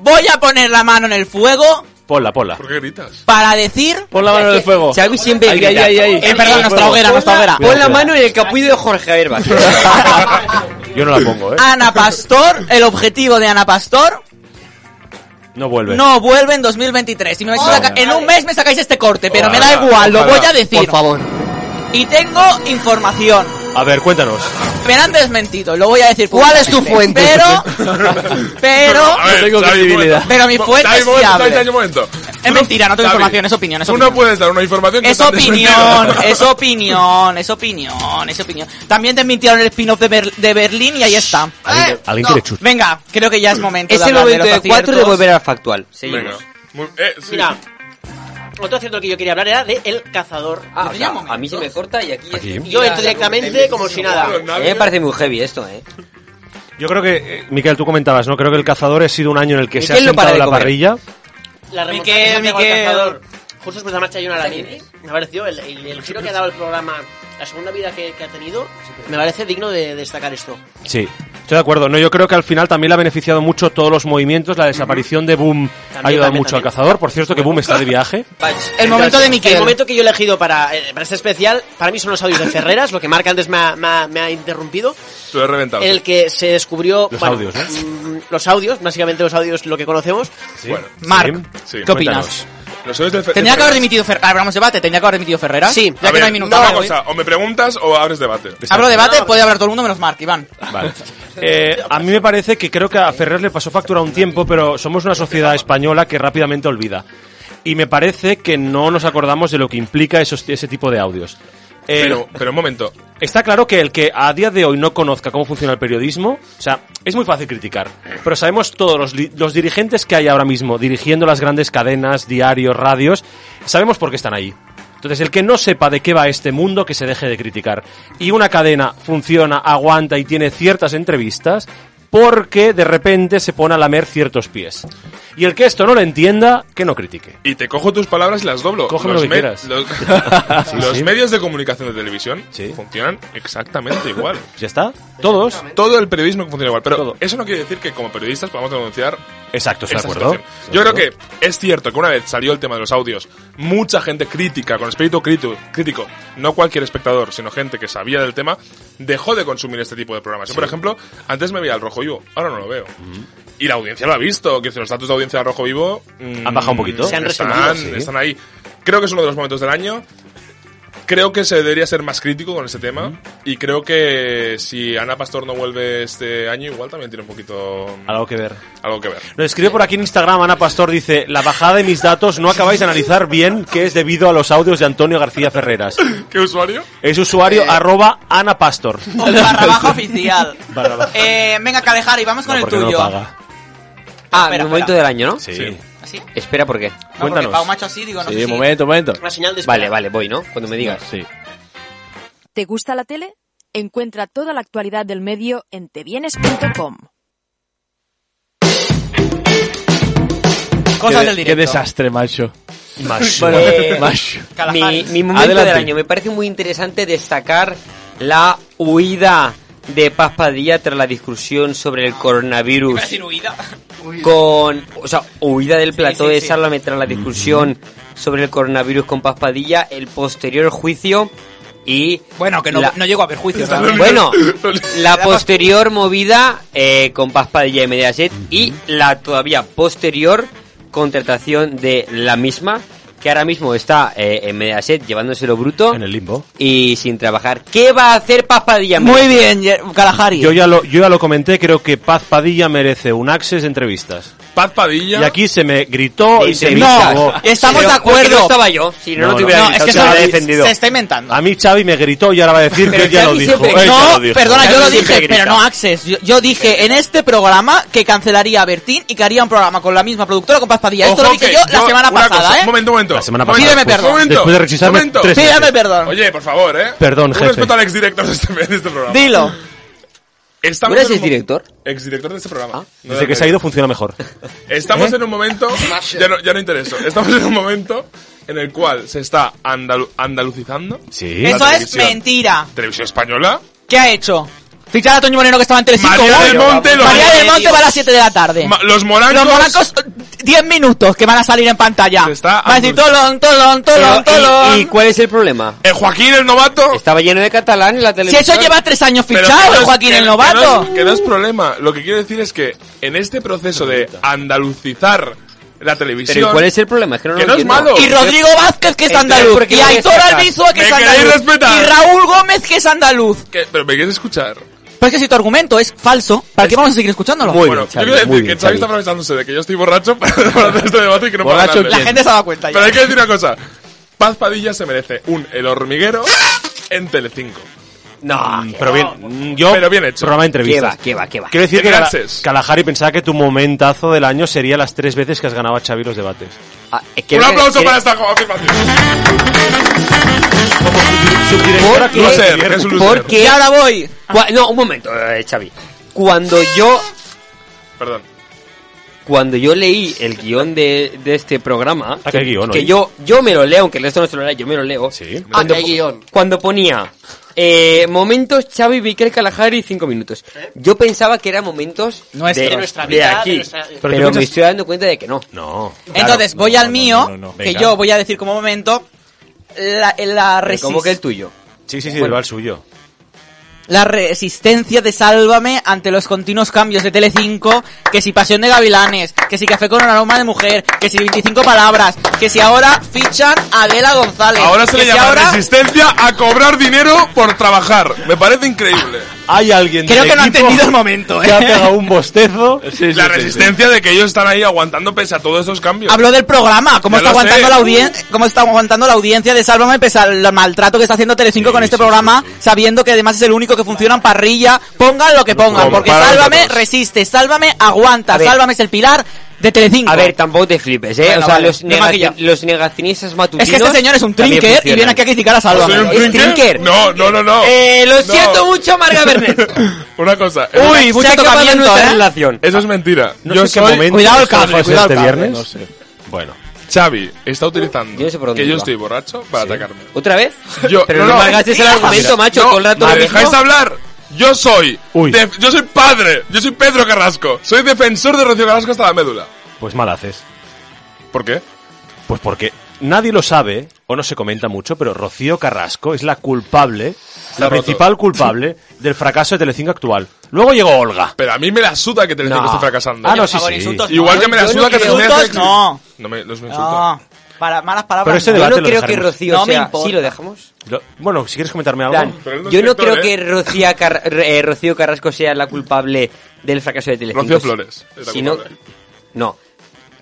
Voy a poner la mano en el fuego Ponla, ponla. ¿Por qué gritas? para decir... Pon la mano en el fuego. Xavi siempre Ahí, ahí, grita. ahí, ahí. Eh, perdón, nuestra hoguera, nuestra hoguera. Pon la Cuidado, mano en el capullo de Jorge Javier *laughs* Vázquez. Yo no la pongo, ¿eh? Ana Pastor, el objetivo de Ana Pastor, No vuelve. no vuelve en 2023. Y me vais Ah, a saca- en un mes me sacáis este corte, pero me da Ojalá, igual, lo ojalá. voy a decir. Por favor. Y tengo información. A ver, cuéntanos. Me la han desmentido, lo voy a decir. ¿Cuál es tu públicamente. Pero, pero, A ver, tengo Xavi, credibilidad. momento. Pero mi fuente Xavi, es momento, fiable. Xavi, Xavi, momento. es mentira, no tengo Xavi, información, es opinión, es Tú opinión. no puedes dar una información que Es te han opinión, desmentido. es opinión, es opinión, es opinión. También desmintieron el spin-off de, Ber- de Berlín y ahí está. eh, ¿Alguien, alguien quiere chuchar? Venga, creo que ya es momento. Es de el hablar de momento de los cuatro de aciertos. volver al factual. Venga. Seguimos. Muy- eh, sí. Mira, otro acierto que yo quería hablar era de El Cazador. Ah, o Había sea, momentos. a mí se me corta y aquí... ya estoy- Yo entro directamente como si nada. Eh, A mí me Eh, parece muy heavy esto, eh. Yo creo que, eh, Miquel, tú comentabas, ¿no? Creo que el cazador ha sido un año en el que se ha Miquel no para sentado de la comer. parrilla. La Miquel, remontada que se ha pegado el Miquel. Cazador. Justo después de la marcha hay una a la mini. Me ha parecido el, el- el giro que ha dado el programa, la segunda vida que, que ha tenido, me parece digno de destacar esto. Sí. O Estoy de acuerdo. No, yo creo que al final también le ha beneficiado mucho todos los movimientos. La desaparición de Boom ha ayudado también, mucho al cazador. Por cierto, que Boom está de viaje. Eh, El momento de Miquel. El momento que yo he elegido para, eh, para este especial, para mí son los audios de Ferreras, lo que Marc antes me ha, me ha- me ha interrumpido, Tú lo has reventado. en el que se descubrió... Los audios, mm, Los audios, básicamente los audios, lo que conocemos. Bueno, Marc, Sí, ¿qué cuéntanos. opinas? los audios del fe- Tendría de que haber Ferreras. dimitido Ferreras. Abramos debate. Tendría que haber dimitido Ferreras. Sí, ya A que no eh. ver, hay minutos. una Vale, cosa, o me preguntas o abres debate. Abro debate, puede hablar todo el mundo menos Mark, *laughs* Iván. Vale. Eh, a mí me parece que creo que a Ferrer le pasó factura un tiempo, pero somos una sociedad española que rápidamente olvida. Y me parece que no nos acordamos de lo que implica esos, ese tipo de audios. Eh, Pero, pero un momento. Está claro que el que a día de hoy no conozca cómo funciona el periodismo, o sea, es muy fácil criticar, pero sabemos todos los, li- los dirigentes que hay ahora mismo dirigiendo las grandes cadenas, diarios, radios, sabemos por qué están ahí. Entonces, el que no sepa de qué va este mundo, que se deje de criticar. Y una cadena funciona, aguanta y tiene ciertas entrevistas porque de repente se pone a lamer ciertos pies. Y el que esto no lo entienda, que no critique. Y te cojo tus palabras y las doblo. Cógeme los lo que quieras. los- *laughs* Sí, *laughs* los sí. medios de comunicación de televisión Sí. funcionan exactamente igual. ¿Ya está? ¿Todos? Todo el periodismo funciona igual, pero Todo. eso no quiere decir que como periodistas podamos denunciar Exacto, estoy de esta acuerdo. situación. Yo creo que es cierto que una vez salió el tema de los audios, mucha gente crítica, con espíritu crítico, crítico, no cualquier espectador, sino gente que sabía del tema, dejó de consumir este tipo de programas. Yo, por ejemplo, antes me veía el Rojo Vivo, ahora no lo veo. Y la audiencia lo ha visto, que los datos de audiencia del Rojo Vivo mm, Han bajado un poquito. Se han están, resentido, sí. están ahí. Creo que es uno de los momentos del año. Creo que se debería ser más crítico con este tema. Y creo que si Ana Pastor no vuelve este año, igual también tiene un poquito Algo que ver. algo que ver. Lo escribe por aquí en Instagram, Ana Pastor dice, la bajada de mis datos no acabáis de analizar bien que es debido a los audios de Antonio García Ferreras. ¿Qué usuario? Es Eh. usuario arroba *laughs* Ana Pastor. Barra baja oficial. Barra baja. Eh, venga, Calejari, vamos con el porque tuyo. no lo paga. Ah, en espera, el momento espera. del año, ¿no? Sí. Sí. ¿Así? No, Espera, ¿por qué? porque Cuéntanos. Pau Macho así, digo, no Sí, sé si- momento, momento. Una señal de espera. Vale, vale, voy, ¿no? Cuando me digas. Sí. ¿Te gusta la tele? Encuentra toda la actualidad del medio en tevienes.com. Cosas Qué de- del directo. Qué desastre, macho. Macho. Bueno, *laughs* eh, *laughs* Macho. mi, Calafari. mi momento Adelante. del año. Me parece muy interesante destacar la huida de Paz Padilla tras la discusión sobre el coronavirus. Con, o sea, huida del plató sí, de sí. Sálvame tras la discusión sobre el coronavirus con Paz Padilla, el posterior juicio y... Bueno, que no, la- no llego a ver juicios. la verdad. *laughs* Bueno, la posterior movida eh, con Paz Padilla y Mediaset y la todavía posterior contratación de la misma, que ahora mismo está eh, en Mediaset llevándoselo bruto En el limbo. y sin trabajar. ¿Qué va a hacer Paz Padilla? Muy bien, Ye- Kalahari. Yo ya, lo, yo ya lo comenté, creo que Paz Padilla merece un access de entrevistas. Paz Padilla. Y aquí se me gritó De y se me entrevistas. cagó. Estamos Pero, de ¿por qué acuerdo. No estaba yo, si no, No, no, no. te hubiera no, es avisado, que se, te hubiera se defendido. está inventando. A mí Xavi me gritó y ahora va a decir que Pero él ya lo Xavi dijo. siempre- Él pues, ya No, lo dijo. perdona, yo Xavi lo siempre dije, grita. pero no Access. Yo, yo dije en este programa que cancelaría a Bertín y que haría un programa con la misma productora con Paz Padilla. Esto Ojo lo dije que yo la semana una pasada, cosa, ¿eh? Un momento, un momento. La semana Momento, pasada. Pídeme perdón. momento, Después de rechistarme momento. tres veces. Pídame perdón. Oye, por favor, ¿eh? Perdón, Un jefe. respeto al exdirector de este, de este programa. Dilo. Estamos ¿Tú eres en un mo- exdirector? Exdirector de este Ah. programa. No Desde que se ha ¿Eh? ido funciona mejor. Estamos en un momento... ya, no, ya no intereso. Estamos en un momento en el cual se está andalu- andalucizando. Sí. Eso es televisión. mentira. Televisión española. ¿Qué ha hecho? Fichar a Toño Moreno que estaba en Telecinco. María ¿no? del Monte, los- María del María Monte va a las 7 de la tarde. Ma- los morancos... Los monacos, 10 minutos que van a salir en pantalla. Se está Va a decir andando. tolón, tolón, Pero, tolón, ¿y- tolón. ¿y, cuál es el problema? El eh, Joaquín el novato. Estaba lleno de catalán en la Si televisión. eso lleva 3 años Pero fichado, que no es- Joaquín que- el que no es- novato. Que no, es problema. Lo que quiero decir es que en este proceso de andalucizar la televisión... Pero ¿y ¿cuál es el problema? Es que no, Que lo no es entiendo. malo. Y Rodrigo Vázquez, que es Entonces, andaluz. ¿por qué Y lo Aitor destacas? Albizua, que Me es queréis andaluz. respetar. Y Raúl Gómez, que es andaluz. ¿Qué? ¿Pero me quieres escuchar? Pero es que si tu argumento es falso, ¿para qué vamos a seguir escuchándolo? Muy bueno, bien, yo Xavi, quiero decir muy que bien, Xavi Xavi. está aprovechándose de que yo estoy borracho *laughs* para hacer este debate y que no puedo Borracho ganarle. La gente se ha dado cuenta ya. Pero hay que decir una cosa. Paz Padilla se merece un El Hormiguero en Telecinco. Ah, No, Mm, Pero bien, yo... Pero bien hecho. Programa de ¿qué va, entrevistas. qué va, qué va? Quiero decir ¿Qué que Cala- haces? Kalahari pensaba que tu momentazo del año sería las tres veces que has ganado a Xavi los debates. Ah, es que- un aplauso que- para esta afirmación. Porque, Loser, eres un loser. porque Y ahora voy. cua- no, un momento, eh, Xavi. Cuando yo Perdón. cuando yo leí el guión de, de este programa, Ah, que hay guión que hoy. yo, yo me lo leo, aunque el resto no se lo lea, yo me lo leo. Cuando, Ah, que hay guión. cuando ponía eh, momentos Xavi, Viquel, Kalahari, cinco minutos. Yo pensaba que eran momentos Nuestro. de, De nuestra vida, de aquí, de nuestra- Pero pero, tú me piensas- estoy dando cuenta de que no. No. Entonces voy al mío, no, no, que venga. yo voy a decir como momento la, la, resis- Como que el tuyo. Sí, sí, sí, Bueno. va el suyo. la resistencia de Sálvame ante los continuos cambios de Telecinco, que si Pasión de Gavilanes, que si Café con aroma de mujer, que si 25 palabras, que si ahora fichan a Adela González. Ahora se que le si llama ahora- resistencia a cobrar dinero por trabajar. Me parece increíble. Hay alguien Creo del que no ha equipo entendido el momento, que ha eh. pegado un bostezo. La resistencia de que ellos están ahí aguantando pese a todos esos cambios. Habló del programa, cómo Ya está lo aguantando sé. la audiencia, cómo está aguantando la audiencia de Sálvame pese al maltrato que está haciendo Telecinco con este programa, sabiendo que además es el único que funciona en parrilla. Pongan lo que pongan, porque Comparan Sálvame datos. resiste, Sálvame aguanta, A ver. Sálvame es el pilar de Telecinco. A ver, tampoco te flipes, ¿eh? Venga, o sea, vale, los, deja negaci- que ya. los negacionistas matutinos... es que este señor es un también trinker y funcionan. viene aquí a criticar a Sálvame. ¿Soy un trinker? trinker. No, no, no, no. Eh, lo No. siento mucho, Marga *laughs* Bernet. Una cosa. Uy, mucho Se ha acabado tocamiento, nuestra ¿eh? relación. Eso es mentira. No Yo sé qué soy momento Cuidado el fue cable, José cuidado el este cable, viernes. no sé. Bueno, Xavi está utilizando Yo no sé por dónde que yo iba. estoy borracho *laughs* para atacarme. ¿Otra vez? ¿eh? Yo- Pero no, no, no. me hagas el argumento, macho, No, todo el rato ¿Me lo mismo. dejáis hablar? Yo soy. Uy. def- yo soy padre. Yo soy Pedro Carrasco. Soy defensor de Rocío Carrasco hasta la médula. pues mal haces. ¿Por qué? Pues porque nadie lo sabe, o no se comenta mucho, pero Rocío Carrasco es la culpable, la roto. principal culpable del fracaso de Telecinco actual. Luego llegó Olga. Pero a mí me la suda que Telecinco No. esté fracasando. Ah, no, Por sí, favor, sí. insultos no. Igual que me la Yo suda no que quiero Sundance- insultos, No, No me, no es un insulto. no. Para malas palabras. Pero ese no. Yo debate no lo creo que dejaremos. Rocío No me sea... importa. Sí, lo dejamos. Lo- bueno, si quieres comentarme algo. Dan, pero él no es ¿eh? yo no creo director, que Rocía Car- eh, Rocío Carrasco sea la culpable del fracaso de Telecinco. Rocío Flores es la Si no, culpable. no.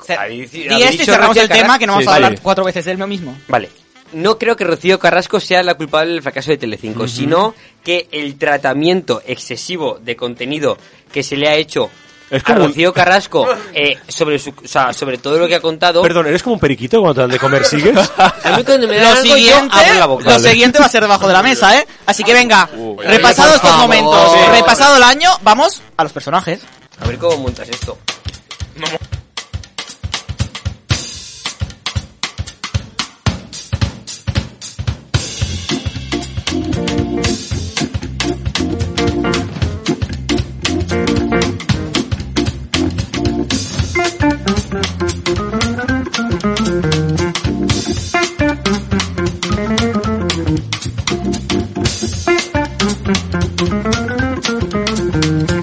Se- Ahí sí, Y habéis este y dicho cerramos Rocío el tema Carrasco. que no vamos a Sí, sí. hablar cuatro veces de lo mismo. Vale. No creo que Rocío Carrasco sea la culpable del fracaso de Telecinco, sino que el tratamiento excesivo de contenido que se le ha hecho Es a como un- Rocío Carrasco eh, sobre su, o sea, sobre todo lo que ha contado. Perdón, ¿eres como un periquito cuando te dan de comer sigues? A mí cuando me dan Lo algo, yo siguiente, abro la boca. lo siguiente va a ser debajo de la mesa, ¿eh? Así que venga, Oye, repasado por estos favor. momentos, Sí. repasado el año, vamos a los personajes. A ver cómo montas esto.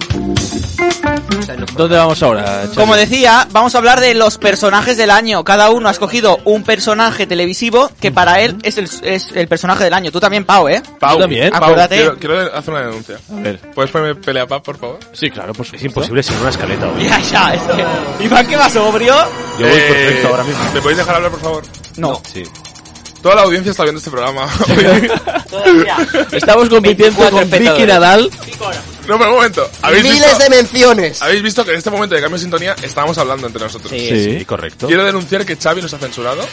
O sea, no- ¿Dónde vamos ahora? Xavi? Como decía, vamos a hablar de los personajes del año. Cada uno ha escogido un personaje televisivo que para él es el, es el personaje del año. Tú también, Pau, ¿eh? *laughs* Pau, Yo también. Pau, Acuérdate. Quiero, quiero hacer una denuncia. A ver. ¿Puedes ponerme pelea paz, por favor? Sí, claro, pues Es imposible sin una escaleta hoy. Ya, ya, es que... Iván, ¿qué va sobrio? Yo voy perfecto ahora mismo. Eh, ¿Me podéis dejar hablar, por favor? No. Sí. Toda la audiencia está viendo este programa. Estamos compitiendo 24 con Vicky espectadores. Nadal. no, pero un momento. ¿Habéis Miles visto, de menciones. habéis visto que en este momento de cambio de sintonía estábamos hablando entre nosotros. Sí, correcto. Quiero denunciar que Xavi nos ha censurado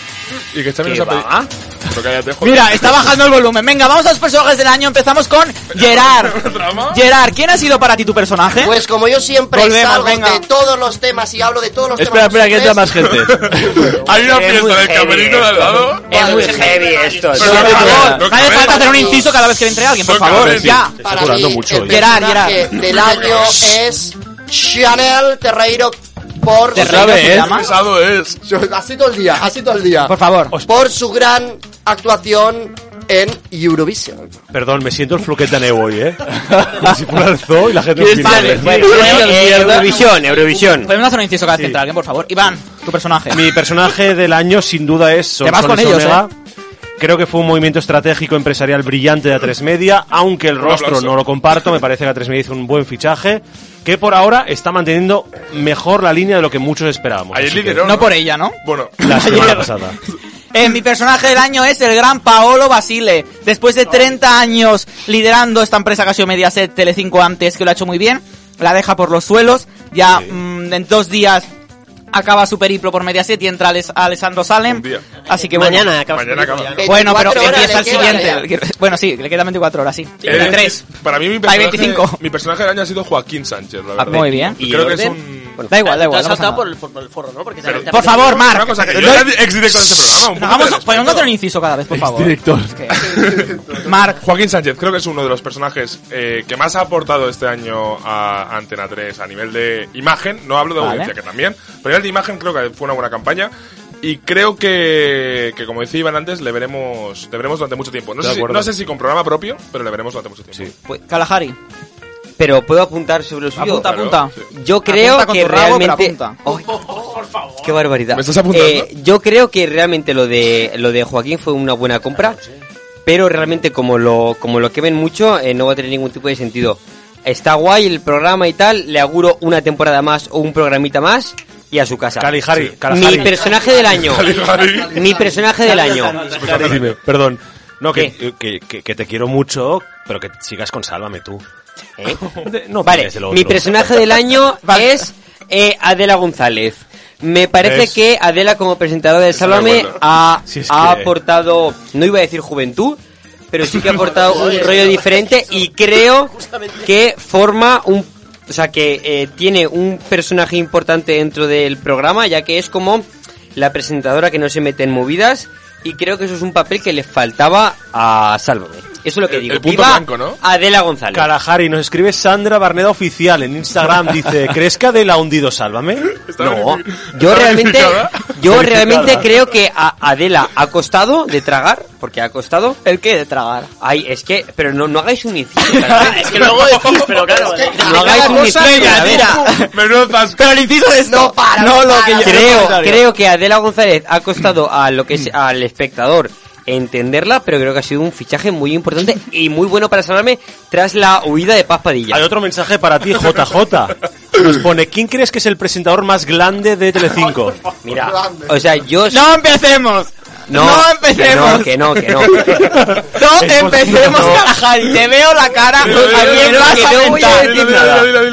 y que Xavi ¿Qué nos ha pedido... va? Pero cállate, joder. Mira, está bajando el volumen. Venga, vamos a los personajes del año. Empezamos con Gerard. ¿Drama? Gerard, ¿quién ha sido para ti tu personaje? Pues como yo siempre Volvemos, salgo venga. de todos los temas y hablo de todos los Espera, temas. espera, que entra más *laughs* gente. Hay una Es muy fiesta del heavy camerino de al esto. lado. Es pues muy heavy esto. Pero no por cabe, favor, no hace cabe. falta hacer un inciso cada vez que entre alguien, por No favor. cabe, sí. Ya. Para Está curando mí, mucho el hoy. Gerard, personaje Gerard. del año es Chanel Terreiro por... Terreiro sabe, se ¿eh? llama. Pesado es. Así todo el día, así todo el día. Por favor. Por su gran actuación en Eurovision. Perdón, me siento el fluqueta neo hoy, ¿eh? Como si fuera el zoo y la gente... ¿Quieres opinando. vale, Bueno, eh, Eurovisión, Eurovisión. Podemos hacer un inciso cada vez que entre alguien, por favor. Iván, tu personaje. Mi personaje del año, sin duda, es Sol Te vas Soles con ellos, Omega. Creo que fue un movimiento estratégico empresarial brillante de A3 Media, aunque el rostro aplauso. no lo comparto, me parece que A3 Media hizo un buen fichaje, que por ahora está manteniendo mejor la línea de lo que muchos esperábamos. Ayer Así que, lideró. No por ella, ¿no? Bueno. *laughs* La semana pasada. Eh, mi personaje del año es el gran Paolo Basile. Después de 30 años liderando esta empresa que ha sido Mediaset Telecinco antes, que lo ha hecho muy bien, la deja por los suelos. Ya mm, en dos días acaba su periplo por Mediaset y entra Ales- Alessandro Salem. Un día. Así que bueno. Mañana acaba. Mañana acaba. Bueno, pero 24 horas empieza el le quedan ya. siguiente. Bueno, sí, le quedan 24 horas, sí. *laughs* Eh, 23. Para mí mi personaje, 25. mi personaje del año ha sido Joaquín Sánchez, la verdad. Ah, Muy bien. Creo que es orden? un Da igual, da Te igual. has no pasa saltado nada. por, el- por el forro, ¿no? Porque te- te Por apetece- favor, Marc. Una cosa que yo no- era exdirector de este programa, un poco Vamos, de a- podemos hacer un inciso cada vez, por favor. Exdirector. Es que- Marc. Joaquín Sánchez, creo que es uno de los personajes eh, que más ha aportado este año a Antena 3 a nivel de imagen. No hablo de Vale. audiencia, que también. Pero a nivel de imagen creo que fue una buena campaña. Y creo que, que como decía Iván antes, le veremos, le veremos durante mucho tiempo. No De sé, si, acuerdo. no sé si con programa propio, pero le veremos durante mucho tiempo. pues, Kalahari. Pero puedo apuntar sobre lo suyo. Apunta, apunta. Yo creo Apunta con que tu rabo, pero realmente. apunta. Qué barbaridad. ¿Me estás apuntando? Eh, yo creo que realmente lo de lo de Joaquín fue una buena compra, pero realmente como lo como lo quemen mucho eh, no va a tener ningún tipo de sentido. Está guay el programa y tal, le auguro una temporada más o un programita más y a su casa. Kalihari, Sí. Kalahari. Mi personaje del año. Kalihari. Mi personaje del año. Escúchame, dime, Perdón. No, que, que, que- que te quiero mucho, pero que sigas con Sálvame tú. De- No ¿Eh? vale, pides el otro. mi personaje del *laughs* año es eh, Adela González. Me parece Es- que Adela como presentadora de Sálvame bueno. ha, Si es ha que- aportado, no iba a decir juventud, pero *laughs* sí que ha aportado un Joder. rollo diferente y creo que forma un... O sea, que eh, tiene un personaje importante dentro del programa, ya que es como la presentadora que no se mete en movidas y creo que eso es un papel que le faltaba a Sálvame. Eso es lo que digo. Viva Adela González. Kalahari, nos escribe Sandra Barneda Oficial en Instagram. Dice, ¿crees que Adela ha hundido Sálvame? No, yo realmente, yo realmente creo que a Adela ha costado de tragar, porque ha costado. ¿El qué de tragar? Ay, es que, pero no, no hagáis *laughs* un inciso. Es que luego decís, pero claro. no hagáis un inciso. a ver. *laughs* Pero el inciso de esto. No, para, no, lo que yo creo, creo que Adela González ha costado a lo que es al espectador entenderla, pero creo que ha sido un fichaje muy importante y muy bueno para salvarme tras la huida de Paz Padilla. Hay otro mensaje para ti, JJ. Nos pone, ¿quién crees que es el presentador más grande de Telecinco? Mira, o sea, yo No empecemos. No, empecemos. Que no, que no, que no. No empecemos, Kalahari. Te veo la cara. ¿A Dilo, dilo, quién dilo, vas que a no voy a mentar? decir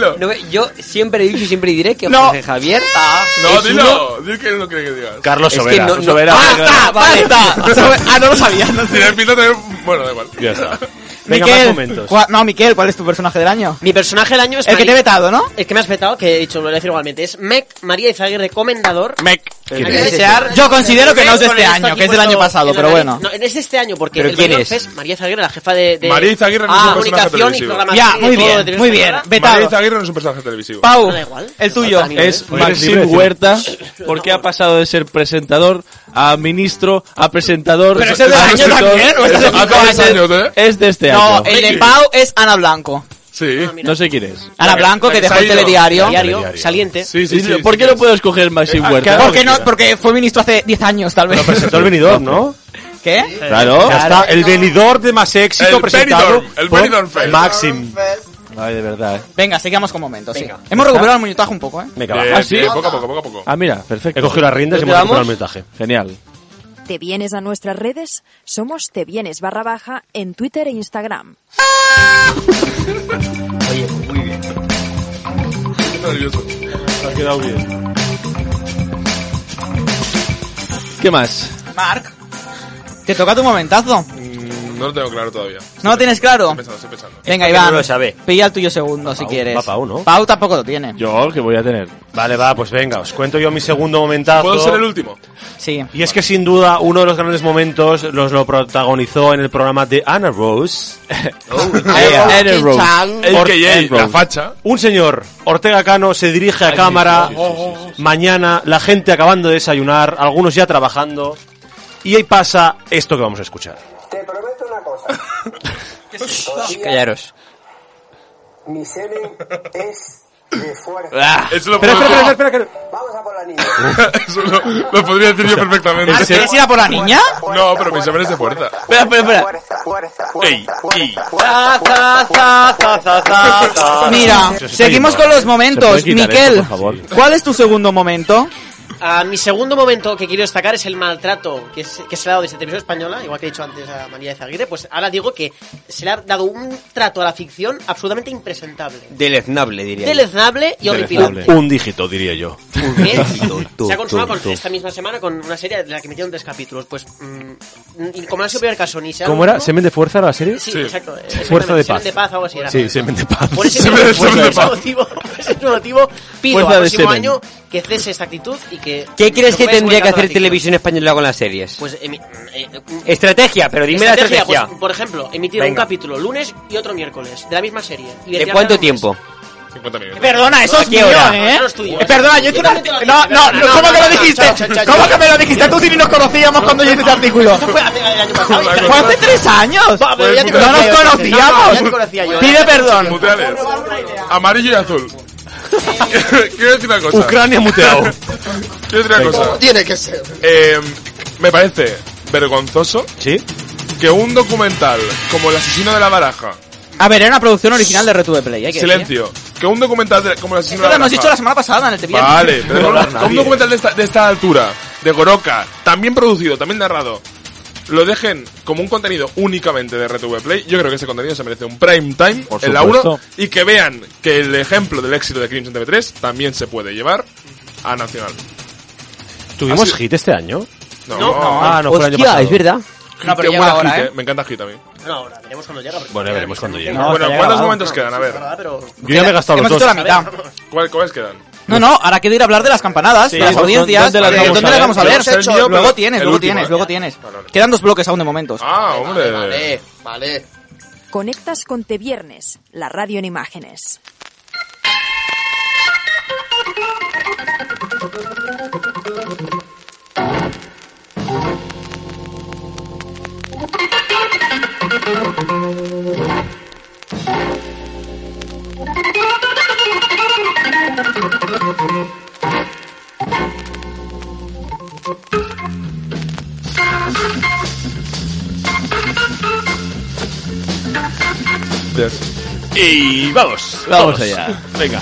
nada. No, Yo siempre he dicho y siempre diré que Jorge Javier. *laughs* Ah, No, es uno- dilo. Dilo que no cree que digas. Carlos Es que Sobera. no- ¡Ah, no- Sobera. ¡Basta! ¡Basta! Sobre- Ah, no lo sabía. No Tiene el pinta de tener- Bueno, da igual. Ya está. Venga, más Miquel, momentos. cua- no, Miquel, ¿cuál es tu personaje del año? Mi personaje del año es El que Mari- te he vetado, ¿no? El que me has vetado, que he dicho, lo voy a decir igualmente, es Mec María Izaguirre Comendador. Mec. Hay que ¿Quién es? desear- Yo considero que no es de Con este esto año, aquí que es del puesto año pasado, en la pero nariz. bueno. No, es de este año, porque ¿Pero el quién Mayor es? es María Izaguirre, la jefa de, de María Izaguirre no Ah, es un personaje comunicación y televisivo. programación Ya, y muy todo bien, de televisión muy bien. española. Vetado. María Izaguirre no es un personaje televisivo. Pau, Da igual. el tuyo. Es Oye, libre ¿eh? Maxim decir. Huerta, porque ha pasado de ser presentador a ministro, a presentador. Pero ese es del a año escritor. también, ¿o es de Es- cinco es de- años, eh? Es de este No, año. el de Pau es Ana Blanco. Sí. No sé quién es. Ana La que- Blanco la que que dejó se ha el ido. telediario. Diario, saliente. Sí, sí, sí. ¿Por sí, qué sí. no puedo escoger Maxim Ah, Huerta? claro. Porque no, porque fue ministro hace 10 años, tal vez. Lo presentó el venidor, ¿no? ¿Qué? Claro. Ya está, el venidor de más éxito El presentado Benidorm, el por Benidorm Fest. Maxim. Ay, de verdad. eh. Venga, sigamos con momentos. sí. Hemos recuperado el muñetaje un poco, ¿eh? Venga, va. Bien, Ah, sí. bien, poco a poco, poco a poco. Ah, mira, perfecto. He cogido las riendas y ¿Dónde hemos recuperado el vamos? mensaje. Genial. ¿Te vienes a nuestras redes? Somos Te vienes barra baja en Twitter e Instagram. Estoy nervioso. Ha quedado bien. ¿Qué más? Mark, te toca tu momentazo. Mm, No lo tengo claro todavía. ¿No lo tienes claro? Estoy pensando, estoy pensando. Venga, Este que Iván. no lo sabe. Pilla el tuyo segundo si quieres. va Pau, ¿no? Pau tampoco lo tiene. Yo, que voy a tener. Vale, va, pues venga, os cuento yo mi segundo momentazo. ¿Puedo ser el último? Sí. Y es que sin duda uno de los grandes momentos los lo protagonizó en el programa de Anna Rose. Yeah. Eden Rose. Chan. Or- AKA, Enron. la facha. Un señor, Ortega Cano, se dirige a cámara. Mañana, la gente acabando de desayunar, algunos ya trabajando. Y ahí pasa esto que vamos a escuchar. Te prometo una cosa. Todavía Callaros. mi semen es de fuerza. Eso lo Espera, puedo espera, espera, espera. espera. Vamos a por la niña. *laughs* Eso lo, lo podría decir yo perfectamente. ¿Ah, ¿Quieres ir a por la niña? No, pero mi semen es de fuerza. Espera, espera, espera. Fuerza, fuerza, Ey, fuerza, ey. fuerza, Ta, fuerza, ta, ta, ta, ta, ta, ta. *laughs* Mira, Se está seguimos yendo. con los ¿Se momentos. puede quitar Miquel, esto, por favor? ¿cuál es tu segundo momento? Ah, mi segundo momento que quiero destacar es el maltrato que, se- que se le ha dado desde televisión española, igual que he dicho antes a María Izaguirre, pues ahora digo que se le ha dado un trato a la ficción absolutamente impresentable. Deleznable, diría. yo. *laughs* Deleznable y horripilante. Un dígito, diría yo. se ha consumado con- esta misma semana con una serie de la que metieron tres capítulos. Pues, mm, y como no ha sido el primer caso ni se ha ¿Cómo era? roto- ¿Semen de Eh, fuerza era la serie? Sí, exacto. exactamente, Fuerza de Semen paz. de paz, algo así era. Sí, semen de paz. Por ese, Semen de por ese fuerza de motivo, por ese motivo, pido Fuerza al de próximo semen. Este año que cese esta actitud y que... ¿Qué crees lo que veáis tendría que volcando hacer la actitud. televisión española con las series? Pues, emi- eh, eh, Estrategia, pero dime la estrategia. pues, por ejemplo, emitir un Venga. capítulo lunes y otro miércoles de la misma serie. Y ¿De decir, cuánto "Ah, no, tiempo? 50 minutos. Perdona, eso ¿A es qué mío, hora? ¿eh? Eso es tuyo. Eh, Perdona, yo he hecho una... No, no, no, ¿cómo que lo dijiste? ¿Cómo que me lo dijiste tú si ni nos conocíamos cuando yo hice este artículo? Fue hace- el año pasado. ¡Fue hace tres años! pero ya te ¡No nos conocía yo, conocíamos! ya te conocía yo. ¡Pide perdón! Muteales. Amarillo y azul. *laughs* Quiero decir una cosa. Ucrania muteado. Quiero decir una cosa. Tiene que ser. Eh, me parece vergonzoso que un documental como El asesino de la baraja, A ver, era una producción original de Retu de Play, hay que silencio, que un documental de- como El Esto asesino de la lo baraja. hemos dicho la semana pasada en el TV. *laughs* Vale, pero un- un documental de esta, de esta altura, de Goroka, también producido, también narrado, lo dejen como un contenido únicamente de RTV Play, yo creo que ese contenido se merece un prime time Por en la supuesto. 1 y que vean que el ejemplo del éxito de Crimson TV3 también se puede llevar a Nacional. ¿Tuvimos Así- hit este año? No, Ah, no, fue el año Hostia, pasado. es verdad. Hit, No, pero qué llega buena ahora, hit, ¿eh? eh, Me encanta Hit a mí. No, ahora veremos cuando llega. porque- Bueno, veremos cuando llegue. No, bueno, está ¿cuántos llegado. momentos quedan? A ver, Ah, pero- Yo ya me he gastado Hemos los hecho dos. la mitad. ¿cuál- ¿cuáles quedan? No, no, ahora queda ir a hablar de las campanadas, Sí, de las ¿dó- audiencias. dónde las eh, vamos a ver? vamos a ver? Hemos hecho, pero Luego tienes, el luego último, tienes, ¿eh? luego tienes. Vale, vale. Quedan dos bloques aún de momentos. Ah, hombre. Vale, vale. Conectas con Te Viernes, la radio en imágenes. *laughs* Y vamos. Vamos allá. Venga.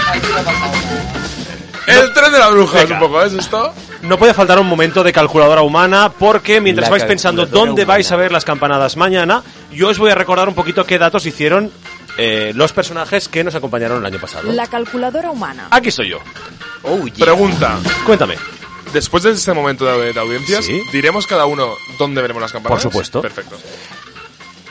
El tren de la bruja es Venga. un poco, ¿es esto? No puede faltar un momento de calculadora humana porque mientras La vais pensando calculadora dónde humana. vais a ver las campanadas mañana, yo os voy a recordar un poquito qué datos hicieron eh, los personajes que nos acompañaron el año pasado. La calculadora humana. Aquí soy yo. Oh, yeah. Pregunta. Cuéntame. Después de este momento de, de audiencias, Sí. diremos cada uno dónde veremos las Por campanas. supuesto. Perfecto.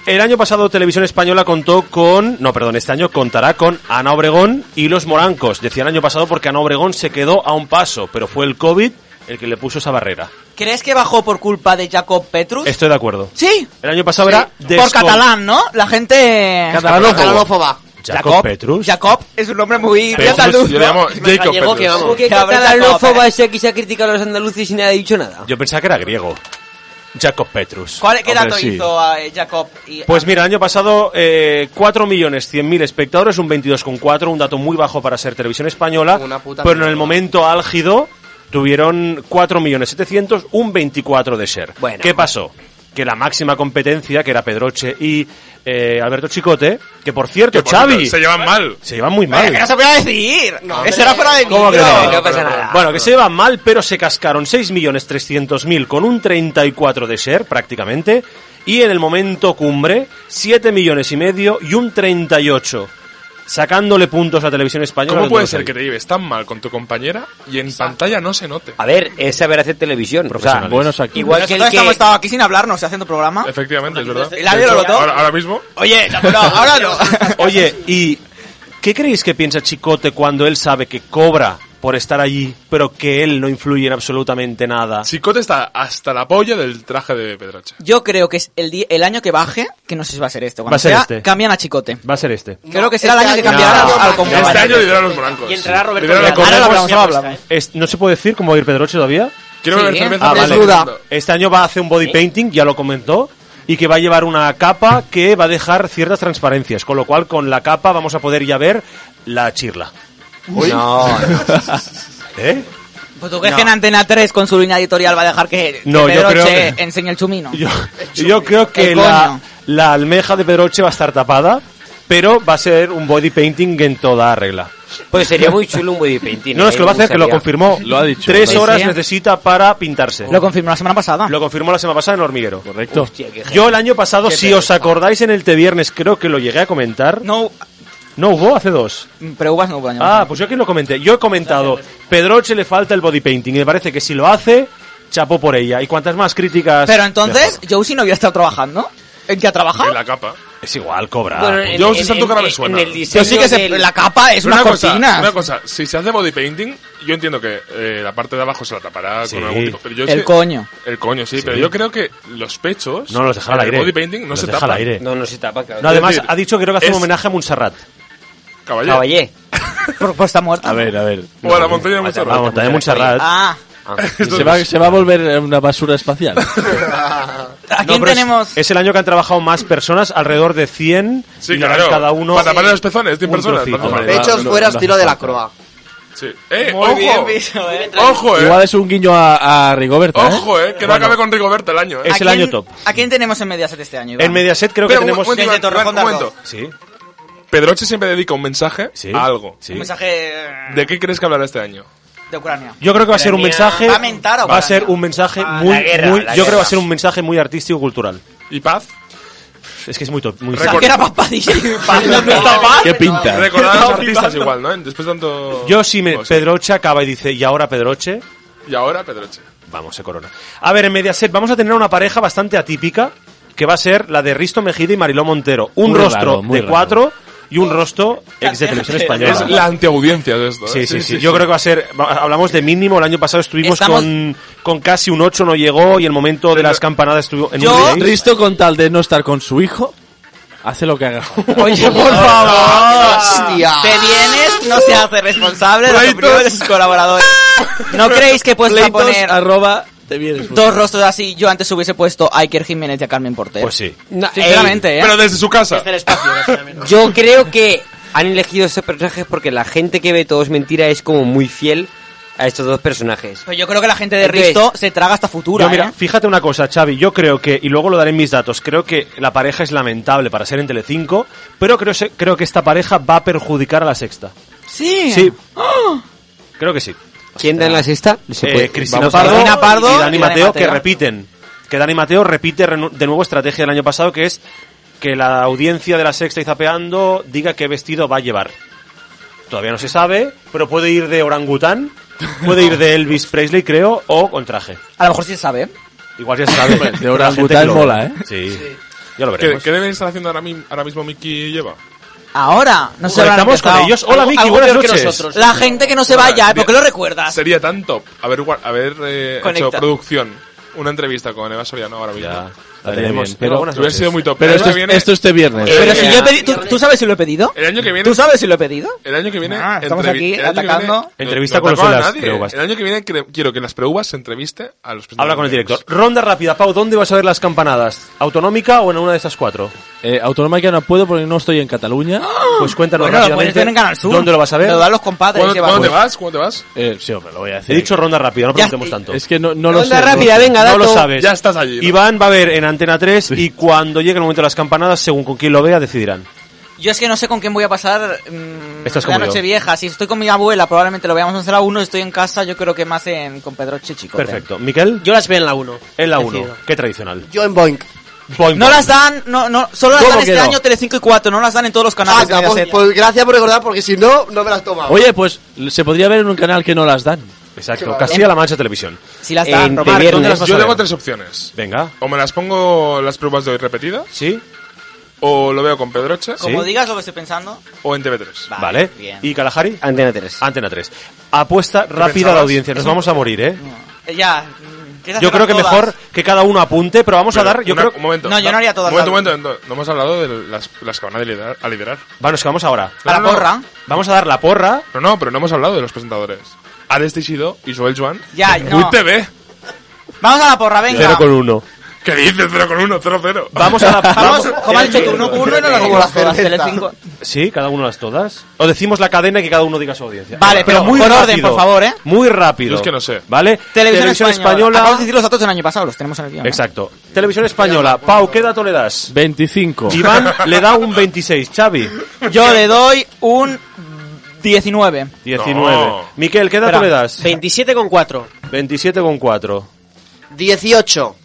El año pasado Televisión Española contó con... No, perdón, este año contará con Ana Obregón y Los Morancos. Decía el año pasado porque Ana Obregón se quedó a un paso, pero fue el COVID el que le puso esa barrera. ¿Crees que bajó por culpa de Jacob Petrus? Estoy de acuerdo. Sí. El año pasado era... Por descon- catalán, ¿no? La gente... Catalanófoba. Jacob, Petrus. Jacob es un nombre muy Petrus, andaluz. pues, yo le llamo Es más Jacob gallego que Petrus. vamos. Porque Que habrá catalanófoba tapado, ¿eh? ese que se ha criticado a los andaluces y nadie ha dicho nada. Yo pensaba que era griego. Jacob Petrus. ¿Cuál, ¿Qué Hombre, dato sí. hizo a eh, Jacob? Y, Pues mira, el año pasado eh, 4.100.000 espectadores, un 22,4, un dato muy bajo para ser televisión española, Una puta pero en el mierda. momento álgido tuvieron 4.700.000, un 24 de ser. Bueno. ¿Qué pasó? Que la máxima competencia, que era Pedroche y eh, Alberto Chicote, que por cierto, Que, por cierto, Xavi, Se se, llevan mal. llevan muy mal. Eh, que no se podía decir. Eso era fuera de mí. ¿Cómo que no? No pasa nada. Bueno, que se llevan mal, pero se cascaron 6.300.000 con un 34 de share prácticamente. Y en el momento cumbre, 7 millones y medio y un 38. Sacándole puntos a televisión española. ¿Cómo donde puede los ser hay. que te lleves tan mal con tu compañera y en pantalla no se note? A ver, es saber hacer televisión. O sea, Profesionales. Buenos aquí. igual que el Nosotros que... hemos estado aquí sin hablarnos y haciendo programa. Efectivamente, es verdad. ¿El labio De lo hecho, notó? Ahora, ahora mismo. Oye, no, no, ahora no. *laughs* Oye, ¿y qué creéis que piensa Chicote cuando él sabe que cobra por estar allí, pero que él no influye en absolutamente Ah. nada? Chicote está hasta la polla del traje de Pedrache. Yo creo que es el, di- el año que baje, que no sé si va a ser este. Cuando Va a ser sea, este. cambian a Chicote. Va a ser este. Creo que será el este año que año- cambiarán No, al no, compañero. este año liderará los morancos. Y entrará Roberto Liderará Villalba. Ahora lo los hablamos, ahora morancos. lo hablamos. Es- no se puede decir cómo va a ir Pedroche todavía. Quiero Sí, beber ¿eh? cerveza. Ah, por vale. eso. Duda. Este año va a hacer un body painting, ya lo comentó, y que va a llevar una capa que va a dejar ciertas transparencias, con lo cual con la capa vamos a poder ya ver la chirla. No, *laughs* no. ¿Eh? Pues tú crees que en Antena 3 con su línea editorial va a dejar que, que No, yo creo Pedroche que- enseñe el chumino. Yo, yo creo que El la, coño. la almeja de Pedroche va a estar tapada, pero va a ser un body painting en toda regla. Pues sería muy chulo un body painting. No, no, es eh, que lo va a me hacer, que lo gustaría. confirmó. Lo ha dicho. Tres Lo horas decía. necesita para pintarse. Lo confirmó la semana pasada. Lo confirmó la semana pasada en el hormiguero. Correcto. Hostia, qué Yo el año pasado, si os acordáis en el te viernes, creo que lo llegué a comentar. No, No hubo hace dos. Pero Uvas no hubo año Ah, pues yo aquí lo comenté. Yo he comentado, Pedroche le falta el body painting y me parece que si lo hace, chapó por ella. Y cuantas más críticas... Pero entonces, Josie no había estado trabajando. ¿En qué ha trabajado? En la capa. Es igual, cobra. Bueno, en- Yo, si en- Santo en- Cara me en- suena. en el diseño Yo sí que se- del- la capa es Pero una, cosa, cortina. Una cosa, si se hace body painting, yo entiendo que eh, la parte de abajo se la tapará Sí. con algún tipo. Pero yo El sé- coño. El coño, sí, Sí. pero yo creo que los pechos. No los deja al en el aire. body painting no Los se deja al tapan. aire. No, no se tapa, cabrón. No, además, Es decir, ha dicho que creo que hace es- un homenaje a Montserrat. Caballé. Caballé. Pues está muerta. A ver, a ver. O a la montaña de Montserrat. Vamos, también Montserrat. Ah, Se va, se va a volver eh, una basura *laughs* espacial. ¿a No, quién pero es- tenemos? Es, el año que han trabajado más personas, alrededor de 100. Sí, y le dan claro. cada uno. Para taparle los pezones, 100 un personas, trocito. Ah, no hace falta. Pechos no, fuera, no estilo hace de la falta. croa. Sí. ¡Eh! Muy ¡Ojo! bien, Piso, eh. ¡Ojo, eh! Igual es un guiño a, a Rigoberta, ¿eh? ¡Ojo, eh! Que no acabe con Rigoberta el año, ¿A eh. es el quién- año top. ¿A quién tenemos en Mediaset este año? Iván? En Mediaset creo Espera, que un- tenemos. un momento, Desde Iván, Torrejón un momento. Dardo. Sí, Pedroche siempre dedica un mensaje sí. a algo. Sí. Un mensaje eh, ¿De qué crees que hablará este año? de Ucrania. Yo creo que va a ser un Ucrania- mensaje. Va a mentar a va a Ucrania. ser un mensaje Ah, muy. la guerra, muy- la yo creo que va guerra. a ser un mensaje muy artístico y cultural. ¿Y paz? Es que es muy top. Muy O sea, Record- que era papadilla y *laughs* pa- ¿Dónde está Paz? ¿Qué pinta? Recordar a los No, artistas Iván, igual, ¿no? Después de tanto... Yo sí me. Oh, sí. Pedroche acaba y dice, y ahora Pedroche. Y ahora Pedroche. Vamos, se corona. A ver, en Mediaset vamos a tener una pareja bastante atípica, que va a ser la de Risto Mejide y Mariló Montero. Un Muy rostro raro, muy de raro. cuatro y un rostro ex de televisión española. Es la antiaudiencia de esto. ¿eh? Sí, sí, sí, Yo creo que va a ser. va- Hablamos de mínimo. El año pasado estuvimos Estamos- con, con casi un 8, no llegó. Y el momento de las campanadas estuvo en Yo- un 6. Risto, con tal de no estar con su hijo, hace lo que haga. *laughs* Oye, por favor. Hostia. Te vienes, no se hace responsable de lo que Pleitos. opinen de sus *laughs* colaboradores. ¿No creéis que puedes Pleitos, pues poner arroba, te vienes. dos rostros así? Yo antes hubiese puesto a Iker Jiménez y a Carmen Porter. Pues sí. Sinceramente, ¿eh? Pero desde su casa. Desde el espacio, básicamente. Yo creo que han elegido estos personajes porque la gente que ve Todo es Mentira es como muy fiel a estos dos personajes. Pero Pues yo creo que la gente de Entonces- Risto se traga hasta futura, Yo, mira, ¿eh? fíjate una cosa, Xavi. Yo creo que, y luego lo daré en mis datos, creo que la pareja es lamentable para ser en Telecinco, pero creo, se- creo que esta pareja va a perjudicar a la sexta. Sí. Sí. Creo que sí. ¿Quién da en la sexta? Se Eh, puede- Cristina, pues, vamos a- Pardo Cristina Pardo y Dani Mateo, que repiten. Que Dani Mateo repite renu- de nuevo estrategia del año pasado, que es que la audiencia de la sexta y zapeando diga qué vestido va a llevar. Todavía no se sabe, pero puede ir de orangután, puede ir de Elvis Presley, creo, o con traje. A lo mejor sí se sabe. ¿eh? Igual ya se sabe. pero la gente orangután que lo ve. mola, ¿eh? Sí. Ya lo ¿Qué, veremos. ¿Qué debe estar haciendo ahora, mi- ahora mismo Mickey lleva? Ahora, no se habrán Conectamos con empezado. ellos. Hola, Algo- Miki, algo buenas peor que noches. nosotros. La gente que no se Bueno, vaya, ¿eh? ¿por qué lo bien. recuerdas? Sería tan top haber, gua- haber eh, hecho Conecta. producción una entrevista con Eva Soriano ahora mismo. Ya, la Bien, tenemos. bien, Pero pero- buenas Hubiera noches. sido muy top. Pero El esto, año es- que viene- esto este viernes. Pero Eh, si yo he pedido... ¿tú, tú sabes si lo he pedido? El año que viene... ¿Tú sabes si lo he pedido? El año que viene... Ah, estamos entrevi- aquí el año que atacando. viene- Entrevista no- no con los atacó a de las nadie. preuvas. El año que viene cre- quiero que las preuvas se entreviste a los Habla con el director. presentadores. Ronda rápida, Pau, ¿dónde vas a ver las campanadas? ¿Autonómica o en una de esas cuatro? Eh, autonómica no puedo porque no estoy en Cataluña. ¡Ah! Pues cuéntanos Bueno, lo puedes rápidamente. ver en Canal Sur. ¿Dónde lo vas a ver? Lo dan los compadres. ¿Cuándo, que van. cuándo Pues- te vas? ¿Cuándo te vas? Eh, sí, hombre, lo voy a He decir. dicho ronda rápida, no Ya- preguntemos tanto. Es que no, no lo sé. Ronda rápida, no lo sé. venga, no dato. lo sabes. Ya estás allí. ¿no? Iván va a ver en Antena 3 y cuando llegue el momento de las campanadas, según con quién lo vea, decidirán. Yo es que no sé con quién voy a pasar mm, Estás la como yo. noche vieja. Si estoy con mi abuela, probablemente lo veamos en la 1. Estoy en casa, yo creo que más en, con ¿eh? Pedro Chichico. Perfecto. Miquel, Yo las veo en la 1. en la 1. Qué tradicional. Yo en Boink. Boing, No boing. las dan, no, no, solo las ¿Cómo dan que este no? año Telecinco y 4, no las dan en todos los Ah, canales de pues, Mediaset. pues gracias por recordar, porque si no, no me las tomaba. Oye, pues se podría ver en un canal que no las dan. Exacto. Castilla-La Mancha Televisión. Si las en dan, Román. Te Viernes. ¿Dónde las vas a Yo ver? tengo tres opciones. Venga. O me las pongo las pruebas de hoy repetidas, ¿Sí? o lo veo con Pedroche, Como ¿Sí? digas lo que estoy pensando. o en TV3. Vale. bien. ¿Y Kalahari? Antena 3. Antena 3. Apuesta rápida a la pensabas? audiencia. Nos vamos a morir, ¿eh? Eh, Ya. mm, ¿quieres Yo hacerlas creo que todas? mejor que cada uno apunte, pero vamos a Pero dar... Yo una- creo... Un momento. No, yo no haría todas Un momento, un las- momento. un momento. No hemos hablado de las, las que van a liderar. A liderar. Bueno, es que vamos ahora. A la No, no, no. porra. Vamos a dar la porra. No, no, pero no hemos hablado de los presentadores. Alex Teixidó y Joel Joan. Ya, no. Uy, TV. Vamos a la porra, venga. 0 con 1. ¿Qué dices? 0 con 1, 0 0. Vamos a la... *laughs* Vamos, como has dicho tú, uno, uno y no lo Como la hacemos todas, cerveza. Telecinco. Sí, cada uno las todas. O decimos la cadena y que cada uno diga su audiencia. Vale, pero con orden, por favor, ¿eh? Muy rápido. Yo es que no sé. ¿Vale? Televisión, Española. Acabamos de Española. decir los datos del año pasado, los tenemos en el guión. ¿eh? Exacto. Televisión Española. Pau, ¿qué dato le das? 25. Iván le da un 26. Xavi, Yo le doy un 19. 19. No. Miquel, ¿qué dato Espera. le das? 27,4. 27,4. 18.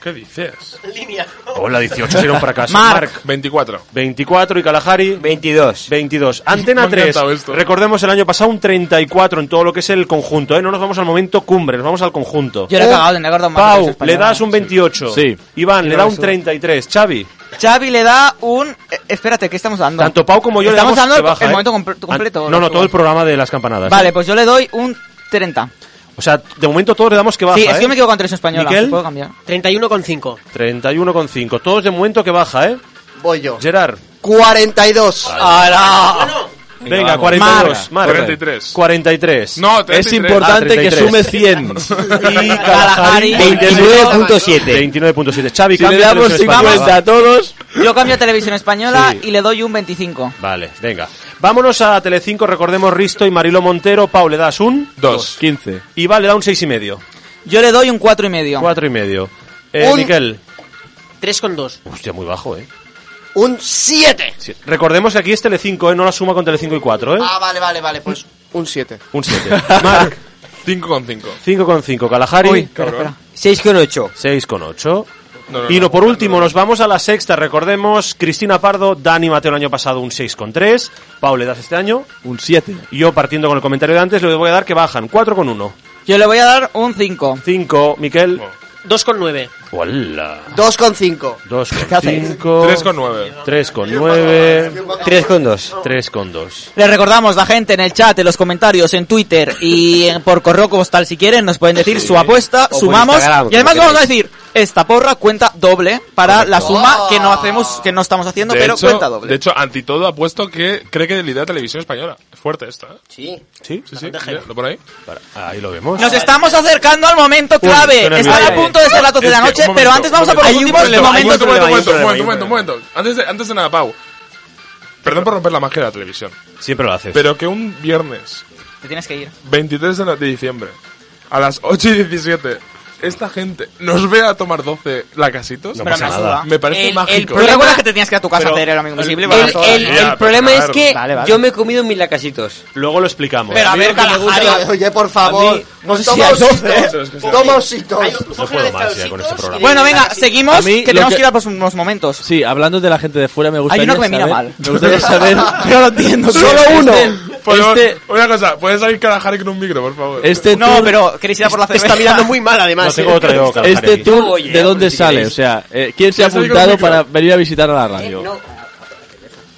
¿Qué dices? Línea. Hola, 18 se dieron para casa. Mark. 24. 24 y Kalahari. 22. *laughs* 22. Antena Me ha 3. encantado esto. Recordemos el año pasado un 34 en todo lo que es el conjunto. ¿eh? No nos vamos al momento cumbre, nos vamos al conjunto. Yo le he Oh, cagado, le he acordado más veces Pau, española. le das un 28. Sí. Iván, le Yo da lo un sé. 33. Xavi. Xavi le da un... eh, espérate, ¿qué estamos dando? Tanto Pau como yo le Estamos damos dando que el, baja, el ¿eh? momento comple- completo. An- No, no, todo el programa de las campanadas. Vale, pues yo le doy un 30. O sea, de momento todos le damos que baja. sí, es ¿eh? que me equivoco entre eso española. Miquel. se puedo cambiar. 31,5. 31,5. Todos de momento que baja, ¿eh? Voy yo. Gerard. 42. Venga, Vamos. 42. Marc. Marc. 43. 43. No, Es 33. importante Ah, que 33. sume 100. *laughs* Y Kalahari, Kalahari 29.7. 29.7. Xavi, Si le cambia damos televisión 50 española. a todos, Yo cambio a televisión española Sí. y le doy un 25. Vale, venga. Vámonos a Telecinco, recordemos Risto y Marilo Montero. Pau, le das un... 2. 15. Iván le da un 6,5. y medio. Yo le doy un 4 y medio. Cuatro y medio. Eh, Un- Miquel. 3,2. Hostia, muy bajo, eh. Un 7. Sí. Recordemos que aquí es Telecinco, eh. No la suma con Telecinco y 4, eh. Ah, vale, vale, vale. Pues un 7. Un 7. Marc, 5,5. 5,5. Kalahari. Uy, espera, espera. 6,8. 6,8. No, no, y no, no, por último, nos vamos a la sexta. Recordemos, Cristina Pardo, Dani Mateo el año pasado un 6,3. Pau le das este año. un 7. Yo, partiendo con el comentario de antes, le voy a dar que bajan. 4,1. Yo le voy a dar un 5. 5, Miquel. 2,9. Hola. 2,5. haces? 2,5. 3,9. 3,9. 3,2. 3,2. Les recordamos, la gente en el chat, en los comentarios, en Twitter y en- por correo postal si quieren, nos pueden decir su apuesta, por sumamos Instagram, y además como vamos a decir, esta porra cuenta doble para la suma que no hacemos, que no estamos haciendo, De pero cuenta hecho, doble. de hecho, ante todo ha puesto que cree que lidera Televisión Española. Es fuerte esto, ¿eh? Sí. ¿Sí? Sí, sí. mira, ¿Lo pone ahí? Para- Ahí lo vemos. Nos estamos acercando al momento clave. estoy Están a nervioso. punto de ser las 12 de la Es que, noche, un pero momento, antes vamos a por los un últimos momento, un momentos. momento, un momento, problema, hay un un momento, un momento, un momento. Antes de, antes de nada, Pau. Perdón por romper la magia de la televisión. Siempre lo haces. Pero que un viernes, Te tienes que ir. 23 de, la- de diciembre, a las 8 y 17, esta gente nos ve a tomar 12 lacasitos. No Pero pasa me nada. ayuda. Me parece El- el mágico. ¿Tú problema- recuerdas que te tenías que ir a tu casa Pero- a hacer el amigo invisible? Vale, Para El, el- todas. el- el Ya, problema pero es claro. que Vale, vale. yo me he comido mil lacasitos. Luego lo explicamos. Pero a ver, Kalahari. Oye, por favor. no sé si toma hay ositos. Toma ositos. No puedo más ya con este programa. Bueno, venga, seguimos, A mí que lo tenemos que- que ir a los últimos momentos. Sí, hablando de la gente de fuera, me gustaría uno que me mira saber- mal. Me gustaría saber... Yo lo entiendo. Este- Por favor, Este... Una cosa, ¿puedes salir Kalahari con un micro, por favor? Este No, tour- pero queréis ir a por la Te cerveza. está mirando muy mal, además. No ¿eh? tengo otra yo, Kalahari, Este aquí. tour, No voy a ¿de ir, dónde si sale? O queréis. sea, eh, ¿quién se Ya ha estoy con apuntado micro. para venir a visitar a la radio?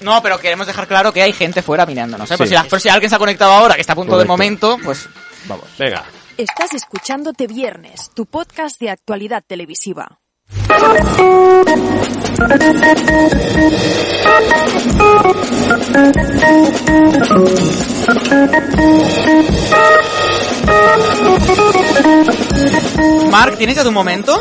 No, pero queremos dejar claro que hay gente fuera mirándonos. ¿eh? Por, Sí. si la- por si alguien se ha conectado ahora, que está a punto de Correcto. momento, pues... Vamos. Venga. Estás escuchándote viernes, tu podcast de actualidad televisiva. Mark, ¿tienes ya tu momento?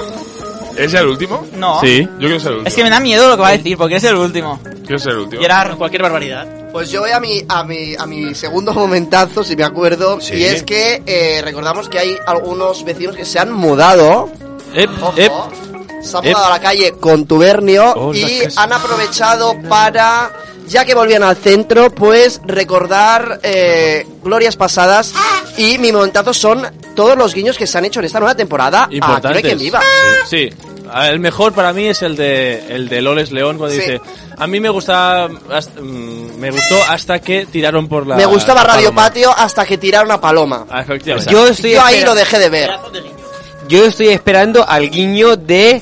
¿Es ya el último? No. Sí. Yo quiero ser el último. Es que me da miedo lo que va a decir, porque es el último. Quiero ser el último. Gerard, Cualquier barbaridad. Pues yo voy a mi, a mi, a mi segundo momentazo, si me acuerdo. Sí. Y es que eh, recordamos que hay algunos vecinos que se han mudado. Ep, Ojo. ep. Se han mudado a la calle con tubernio Hola, y ¿qué es? han aprovechado para, ya que volvían al centro, pues recordar eh, glorias pasadas. Y mi momentazo son todos los guiños que se han hecho en esta nueva temporada. a Aquí no hay Importantes. quien viva. Sí. A- El mejor para mí es el de el de Loles León cuando Sí. dice a mí me gusta hasta- mm, me gustó hasta que tiraron por la me gustaba la Radio Ah, paloma". Patio hasta que tiraron a Paloma. Ah, efectivamente. Yo estoy, Yo ahí espera- lo dejé de ver. yo estoy esperando al guiño de.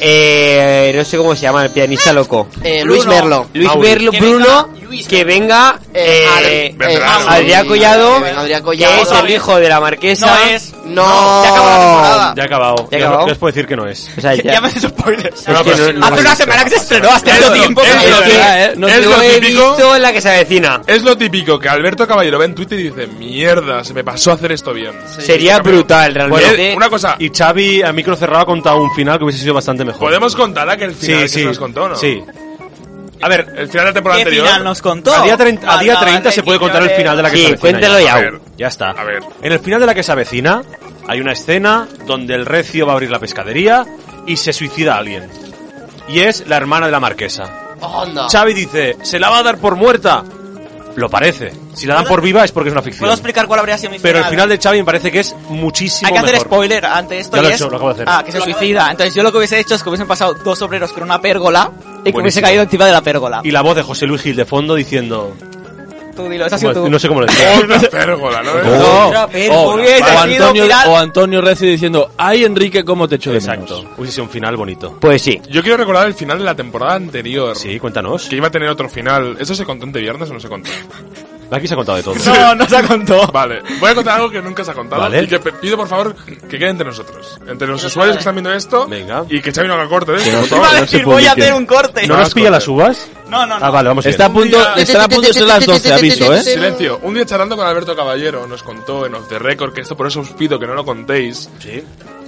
eh, no sé cómo se llama, el pianista loco. Eh, Luis Bruno. Merlo. Luis Mauri. Berlo, Que Bruno, venga Luis, que venga. Eh, eh, Adri- eh, Adrián Collado, Venga, Adrián que es Collado. el hijo de la marquesa. no es... No, ya acabó la temporada. Ya ha acabado. Ya ha Ya acabado. ya os puedo decir que no es. O sea, ya- Ya me haces spoilers. Es que *laughs* no- Hace una semana que se estrenó, hace Es tanto lo- tiempo. que es no lo lo que- veo. eh, no es digo, lo no he típico. visto la que se avecina. Es lo típico que Alberto Caballero ve en Twitter y dice, mierda, se me pasó hacer esto bien. Sería Campeón. brutal, realmente. Bueno, eh, una cosa, Y Xavi a micro cerrado ha contado un final que hubiese sido bastante mejor. podemos contar aquel Sí, final que sí. se nos contó, ¿no? Sí. A ver, el final de la temporada ¿Qué anterior. final nos contó? A día, trein- a día Vale, 30 se vale, puede contar el señores. final de la que Sí, se avecina. cuéntalo ya. A A ver, ver. Ya está. A ver. Oh, En el final de la que se avecina hay una escena donde el recio va a abrir la pescadería y se suicida alguien. Y es la hermana de la marquesa. Oh, Onda. Xavi dice, se la va a dar por muerta. Lo parece. Si la dan por viva es porque es una ficción. ¿Puedo explicar cuál habría sido mi final? Pero el final de Xavi me parece que es muchísimo Hay que hacer mejor. spoiler ante esto. Ya y lo he es- hecho, lo acabo de hacer. Ah, que se Lo acabo de suicida. Entonces yo lo que hubiese hecho es que hubiesen pasado dos obreros con una pérgola y que hubiese Buenísimo. caído encima de la pérgola. Y la voz de José Luis Gil de fondo diciendo... Tú dilo, esa ha sido ¿Cómo- tú. No sé Oh, cómo lo decía. Otra pérgola, *laughs* ¿no? No. Otra vez, O- hubiese o, sido Antonio, final. o Antonio Reci diciendo, ay Enrique, ¿cómo te echo de menos? Hubiese sido un final bonito. Pues sí. Yo quiero recordar el final de la temporada anterior. Sí, cuéntanos. Que iba a tener otro final. ¿Eso se contó entre viernes o no se contó? Aquí se ha contado de *laughs* todo. *laughs* No, no se ha contado. Vale, voy a contar algo que nunca se ha contado. Vale. Y que pe- pido por favor que quede entre nosotros. Entre los usuarios que están viendo esto. Y que Xavi no haga corte, ¿eh? Que no- *laughs* Por que favor. no se Voy a hacer un corte. ¿No nos pilla las uvas? No, no, Ah, vale, vamos Está a bien. punto, día- están a punto de ser las 12, aviso, ¿eh? Silencio. Un día charlando con Alberto Caballero nos contó en Off the Record, que esto por eso os pido que no lo contéis. Sí.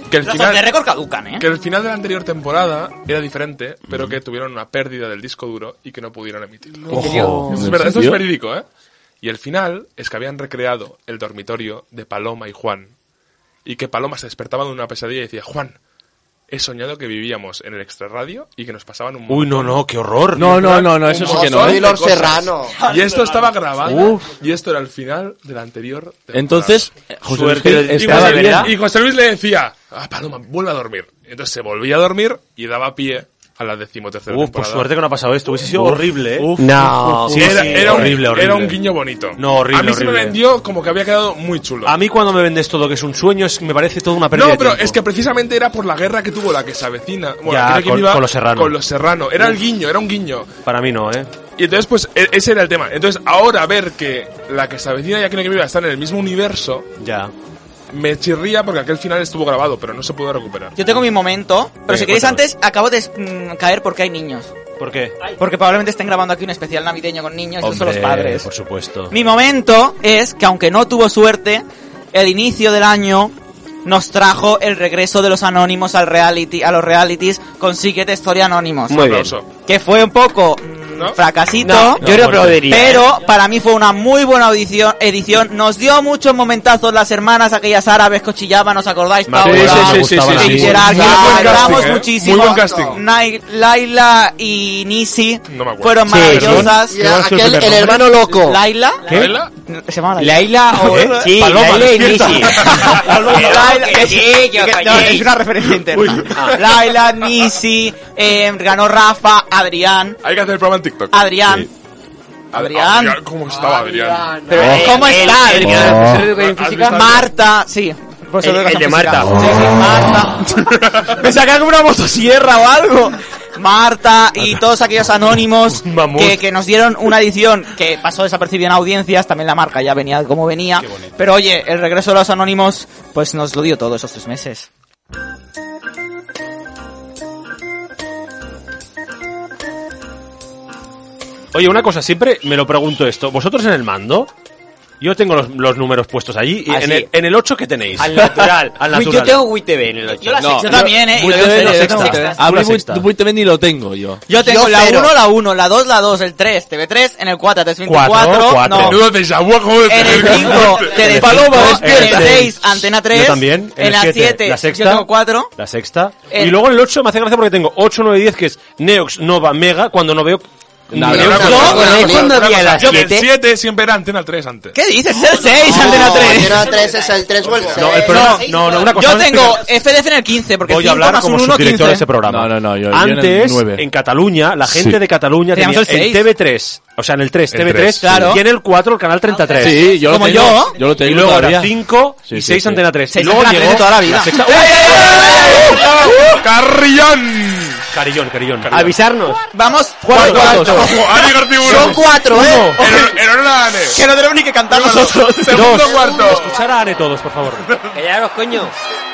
Que el Los final. de récord caducan, ¿eh? Que el final de la anterior temporada era diferente, pero que tuvieron una pérdida del disco duro y que no pudieron emitirlo. Ojo. Esto es verdad, esto es ¿En serio? verídico, ¿eh? Y el final es que habían recreado el dormitorio de Paloma y Juan. Y que Paloma se despertaba de una pesadilla y decía, Juan, he soñado que vivíamos en el extrarradio y que nos pasaban un Uy, no, no, qué horror. No, no, no, no, eso sí que no. Soy ¿eh? Lord cosas. Serrano. Y esto estaba grabado. Uf. Y esto era el final de la anterior temporada. Entonces, eh, José Luis Suerte Gil del- Y estaba José, bien. y José Luis le decía, ah, Paloma, vuelve a dormir. Entonces se volvía a dormir y daba pie a la decimotercera Uf, por temporada. suerte que no ha pasado esto. Hubiese sido horrible, ¿eh? No. Sí, era, sí, era un, horrible, horrible. era un guiño bonito. No, horrible, A mí se me horrible. vendió como que había quedado muy chulo. A mí cuando me vendes todo que es un sueño es, me parece toda una pérdida no, de pero tiempo. es que precisamente era por la guerra que tuvo la que se avecina. Bueno, Ya, aquella que con- iba con los Serrano. Con los Serrano. Era el guiño, era un guiño. Para mí no, ¿eh? Y entonces, pues, e- ese era el tema. Entonces, ahora ver que la que se avecina ya creo que viva está en el mismo universo, Ya. me chirría porque aquel final estuvo grabado, pero no se pudo recuperar. Yo tengo mi momento, pero Venga, si queréis cuéntanos. antes, acabo de mm, caer porque hay niños. ¿Por qué? Porque probablemente estén grabando aquí un especial navideño con niños, estos son los padres. Por supuesto. Mi momento es que aunque no tuvo suerte, el inicio del año nos trajo el regreso de los anónimos al reality, a los realities con Secret Story Anónimos. Muy bien. Aplauso. Que fue un poco mm, ¿No? fracasito. No, yo no aplaudiría. ¿eh? Pero para mí fue una muy buena audición, edición. Nos dio muchos momentazos las hermanas, aquellas árabes que chillaban, ¿os acordáis? Sí, Paula, sí, sí, sí, Gerard, sí, Muy buen que nos sí. casting, alegramos ¿eh? muchísimo. Muy buen casting. Nai- Laila y Nisi No me acuerdo. fueron Sí, maravillosas. Y aquel, el hermano loco. Laila. ¿Vela? Se llamaba Laila. Laila o... ¿Eh? Sí, Paloma, Laila y despierta. *laughs* Nisi. *laughs* Laila, Que sí, que os No, es calléis. una referencia interna. Ah. Laila, Nisi, eh, ganó Rafa, Adrián. Hay que hacer el programa en TikTok. Adrián. Adrián. Adrián, ¿Cómo estaba Adrián? Pero, eh, ¿Cómo el- está? el- Adrián? el- el- ¿Has visto a Adrián? Marta, sí. Pues El- seguro que el son de físicas. Marta. Sí, sí, Marta. Me sacan como una motosierra o algo. Marta y todos aquellos *laughs* anónimos Un mamut. que, que nos dieron una edición que pasó desapercibida en audiencias, también la marca ya venía como venía. Pero oye, el regreso de los anónimos, pues nos lo dio todo esos tres meses. Oye, una cosa, siempre me lo pregunto esto. ¿Vosotros en el mando? Yo tengo los, los números puestos allí. Y Así. en, el, en el 8 que tenéis. Al natural. *laughs* Al Uy, natural. Yo tengo WITV en el 8. Yo la No, sexta Yo también, eh. y lo digo en Buitevén, serio, la yo sexta. tengo- Ah, A mí la sexta. Buit- Buitevén ni lo tengo yo. Yo tengo Yo la cero. 1, la 1, la 2, la 2, el 3, TV3, en el 4, Cuatro, TV24, cuatro. no, Menudo déjà vu, joder. En el *laughs* 5, Tele Paloma, En despierta. el 6, Antena 3. Yo también. En En el la siete, 7, la sexta. yo tengo 4. La sexta. El- Y luego en el 8 me hace gracia porque tengo 8, 9 y 10, que es Neox, Nova, Mega, cuando no veo... Nada, Neox, nada, Nova, nada. Mega. Yo cuando vi a las Yo en el siete- 7 siempre era Antena 3 antes. ¿Qué dices? Es el 6, Antena No, 3. Antena 3 es el 3 o el 6. No, el programa... No, no, una cosa... Yo no, tengo espera. FDF en el 15, porque Voy 5 a hablar más como 1, 1, subdirector de 15. este programa. No, no, no, yo- yo en el Antes, en, nueve. Cataluña, la gente Sí. de Cataluña tenía Teníamos el, el seis. TV3, o sea, en el 3, El TV3, tres, claro. y en el 4, el canal 33. Sí, yo lo Como yo. tengo. Yo lo Y tengo luego todavía. era 5 Sí, y sí, 6 sí. Antena 3. Seis y luego Antena 3 llegó de toda la vida. sexta- ¡Ey, ey, ey, ey, ey! ¡Carrillón! Carillón, Carillón. Avisarnos. Vamos, Cuatro, cuatro, cuatro. cuatro. ¡Ojo! ¡Ani Gartiburu! Son 4, ¿eh? En- En honor a Ane. Que no tenemos ni que cantar nosotros. *laughs* Segundo cuarto. Escuchar a Ane todos, por favor. Callaros, coño.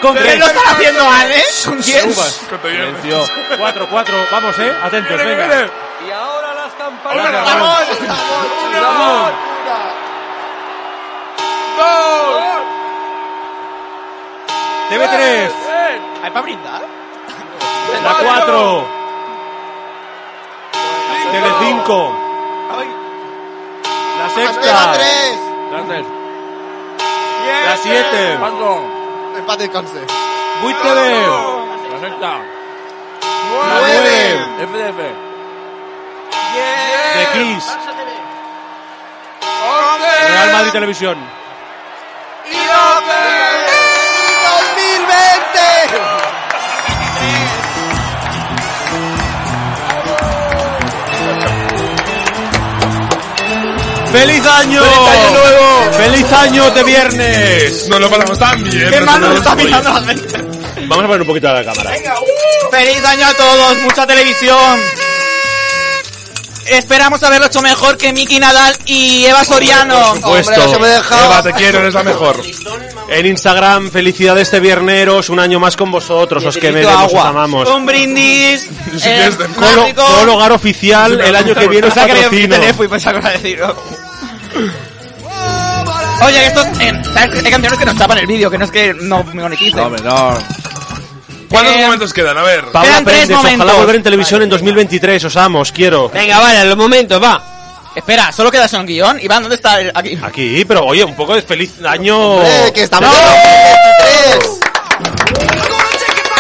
Con ¿Qué lo estás haciendo, Ale? ¿Con quién? Cuarto bien. 4, 4, vamos, eh. Atentos, Viene, venga. viene. Ahora vamos. TV3, ¿Hay para brindar? la 4. Tele5. La Antena sexta. 3. La 7. Empate y canse. Buitele. La 9. Nueve. The Kiss. Real Madrid Televisión. ¡Feliz año! ¡Feliz año nuevo! ¡Feliz año de viernes! Nos lo pasamos tan bien. ¡Qué mal nos nosotros, está oye. mirando la gente! Vamos a poner un poquito a la cámara. ¡Feliz año a todos! ¡Mucha televisión! Esperamos haberlo hecho mejor que Miki Nadal y Eva Soriano. supuesto. Hombre, os he dejado. Eva, te quiero, eres la mejor. En Instagram, felicidades de vierneros, un año más con vosotros, os que me os amamos. Un brindis. eh, Colo, mágico. Colo Hogar Oficial, el año que viene os Pensaba que era patrocino. mi teléfono y pues pensaba que era decirlo. Oye, estos, eh, ¿sabes? Hay canciones que nos tapan el vídeo, que no es que no me monetice. No, no. ¿Cuántos Eh, momentos quedan? A ver. Paula Quedan tres Prendes, ojalá momentos. volver en televisión en 2023, os amo, os quiero. Venga, vale, los momentos, va. Espera, solo queda un guión. Iván, ¿dónde está el, aquí? Aquí, pero oye, un poco de feliz año. Oh. Eh, Hombre, que estamos-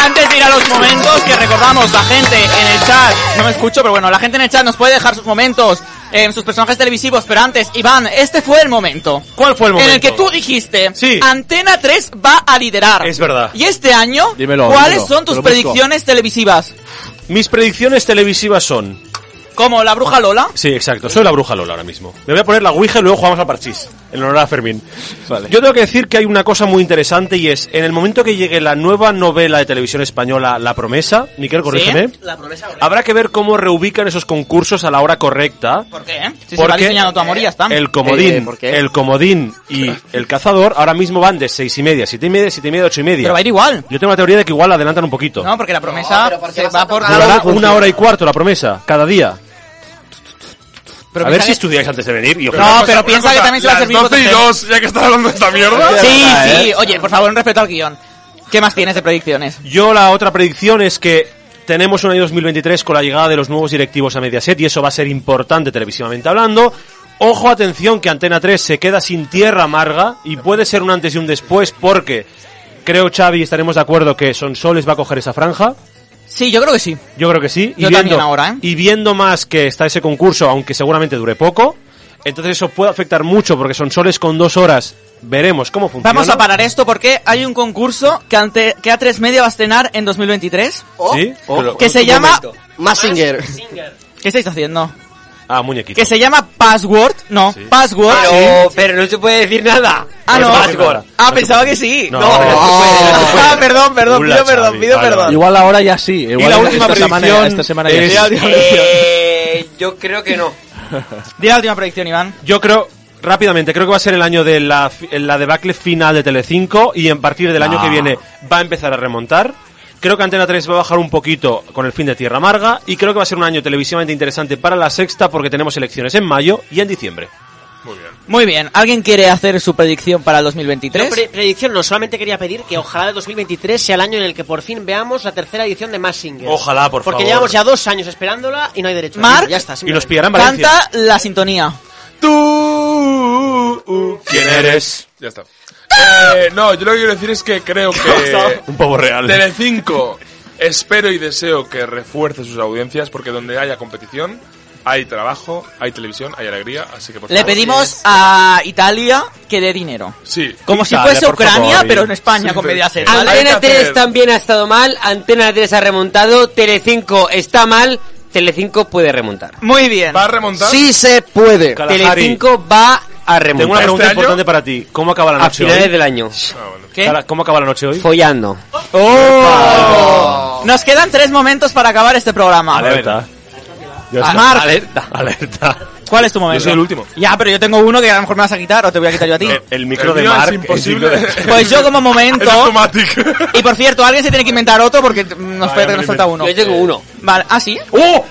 Antes de ir a los momentos que recordamos, la gente en el chat, no me escucho, pero bueno, la gente en el chat nos puede dejar sus momentos, eh, sus personajes televisivos, pero antes, Iván, este fue el momento. ¿Cuál fue el momento? En el que tú dijiste, Sí. Antena 3 va a liderar. Es verdad. Y este año, Dímelo, ¿cuáles dímelo, son te tus lo busco. predicciones televisivas? Mis predicciones televisivas son... Como la bruja Lola. Sí, exacto. Soy la bruja Lola ahora mismo. Me voy a poner la Ouija y luego jugamos al parchís. En honor a Fermín. Yo tengo que decir que hay una cosa muy interesante y es, en el momento que llegue la nueva novela de televisión española, La Promesa, Miquel, corrígeme, La promesa ahora. habrá que ver cómo reubican esos concursos a la hora correcta. ¿Por qué? eh? Si se va diseñando tu amor y ya está. el comodín, Eh, ¿por qué? el comodín y el cazador ahora mismo van de seis y media, siete y media, siete y media, ocho y media. Pero va a ir igual. Yo tengo la teoría de que igual la adelantan un poquito. No, porque la promesa se va por... Durará una hora y cuarto la promesa, cada día. Pero a ver piensa si que- estudiáis antes de venir. Y No, pero piensa que también se va a servir Las 12 y vosotros. 2, ya que estás hablando de esta mierda. Sí, sí. Oye, por favor, un respeto al guión. ¿Qué más tienes de predicciones? Yo la otra predicción es que tenemos un año 2023 con la llegada de los nuevos directivos a Mediaset y eso va a ser importante televisivamente hablando. Ojo, atención, que Antena 3 se queda sin tierra amarga y puede ser un antes y un después porque creo, Xavi, estaremos de acuerdo que Sonsoles va a coger esa franja. Sí, yo creo que sí. Yo creo que sí. Yo también ahora, ¿eh? y viendo más que está ese concurso, aunque seguramente dure poco, entonces eso puede afectar mucho porque Sonsoles con dos horas veremos cómo funciona. Vamos a parar esto porque hay un concurso que, ante, que A3 Media va a estrenar en 2023. ¿Sí? Pero- Que se llama... Oh. Massinger. ¿Qué estáis haciendo? Ah, muñequito. Que se llama Password. No, Password. Pero, pero no se puede decir nada. Ah, no. No se puede decir nada. Ah, pensaba que sí. No, no, *laughs* Ah, perdón, perdón, Hola, pido perdón, Xavi. pido Vale, perdón. Igual ahora ya sí. Igual la esta última predicción semana, esta semana ya es- sí. Eh, yo creo que no. Di la última predicción, Iván. Yo creo, rápidamente, creo que va a ser el año de la, fi- la debacle final de Telecinco y a partir del año No. Ah. que viene va a empezar a remontar. Creo que Antena 3 va a bajar un poquito con el fin de Tierra Amarga y creo que va a ser un año televisivamente interesante para la sexta porque tenemos elecciones en mayo y en diciembre. Muy bien. Muy bien, ¿alguien quiere hacer su predicción para el 2023? Yo pre- predicción no, solamente quería pedir que ojalá el 2023 sea el año en el que por fin veamos la tercera edición de Massinger. Ojalá, por Porque favor. llevamos ya dos años esperándola y no hay derecho. a Marc, ello. ya está. Y simplemente. nos pillarán Valencia. Canta la sintonía. Tú. uh, ¿Quién eres? Ya está. Eh, no, yo lo que quiero decir es que *laughs* creo que Un pavo real. Telecinco espero y deseo que refuerce sus audiencias porque donde haya competición hay trabajo, hay televisión, hay alegría, así que por Le favor, pedimos a Italia que dé dinero. Sí. Como si Italia, fuese por Ucrania, favor, pero y- en España Sí, con pero- Mediaset, Ah, ¿vale? hay que Antena 3 hacer- también ha estado mal, Antena 3 ha remontado, Telecinco está mal, Telecinco puede remontar. Muy bien. ¿Va a remontar? Sí se puede. Kalahari, Telecinco va a tengo remontar una pregunta ¿Este año? importante para ti. ¿Cómo acaba la a noche finales hoy? del año. Ah, bueno. ¿Qué? Cara, ¿Cómo acaba la noche hoy? Follando. Nos quedan tres momentos para acabar este programa. Alerta. Ya está. Amar, Alerta. Alerta. ¿cuál es tu momento? Yo soy el último. Eh. Ya, pero yo tengo uno que a lo mejor me vas a quitar o te voy a quitar yo a ti. El, el micro El de mío Mark. es imposible. *laughs* Pues yo como Es momento... *laughs* automático. Y por cierto, alguien se tiene que inventar otro porque mm, nos Vale, puede que me nos lo falta uno. Yo tengo uno. Vale, ¿ah, sí? ¡Oh!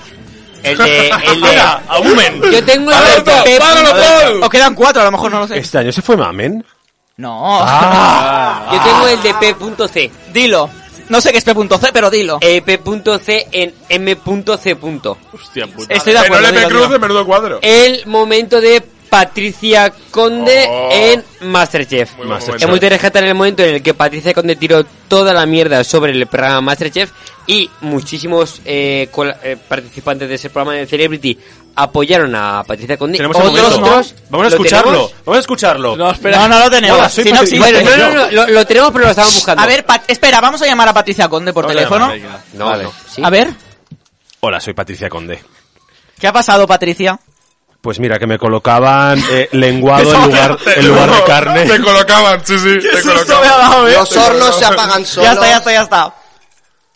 El de... El de Mira, a Woman. yo tengo el de Alerta, Pep- páralo, O quedan cuatro, a lo mejor no lo sé. Este año se fue Mamen. No. Ah. Ah. Yo tengo el de P.C. Dilo. No sé qué es P.C, pero dilo. Eh, P.C en M.C. Estoy de Que no acuerdo. Eh, le me dilo, dilo. Eh, cruce, menudo cuadro. El momento de Patricia Conde en Masterchef. buen momento. Hemos de rescatar el momento en el que Patricia Conde tiró toda la mierda sobre el programa Masterchef y muchísimos eh, col- eh, participantes de ese programa de Celebrity apoyaron a Patricia Conde. Tenemos el momento. Vamos a ¿Lo escucharlo. tenemos? Vamos a escucharlo. No, No, no lo tenemos. Hola, soy Si no Patricia. existe. Bueno, no, no, no, lo, lo tenemos, pero lo estamos buscando. A ver, Pat- espera, vamos a llamar a Patricia Conde por Vamos a teléfono. llamarla, venga. No, Vale. no, sí. A ver, Hola, soy Patricia Conde. ¿qué ha pasado, Patricia? Pues mira, que me colocaban eh, lenguado en Eso- lugar, en lugar de carne. Te colocaban, sí, sí. Te colocaban. eh? Los hornos se apagan solos. Ya está, ya está, ya está.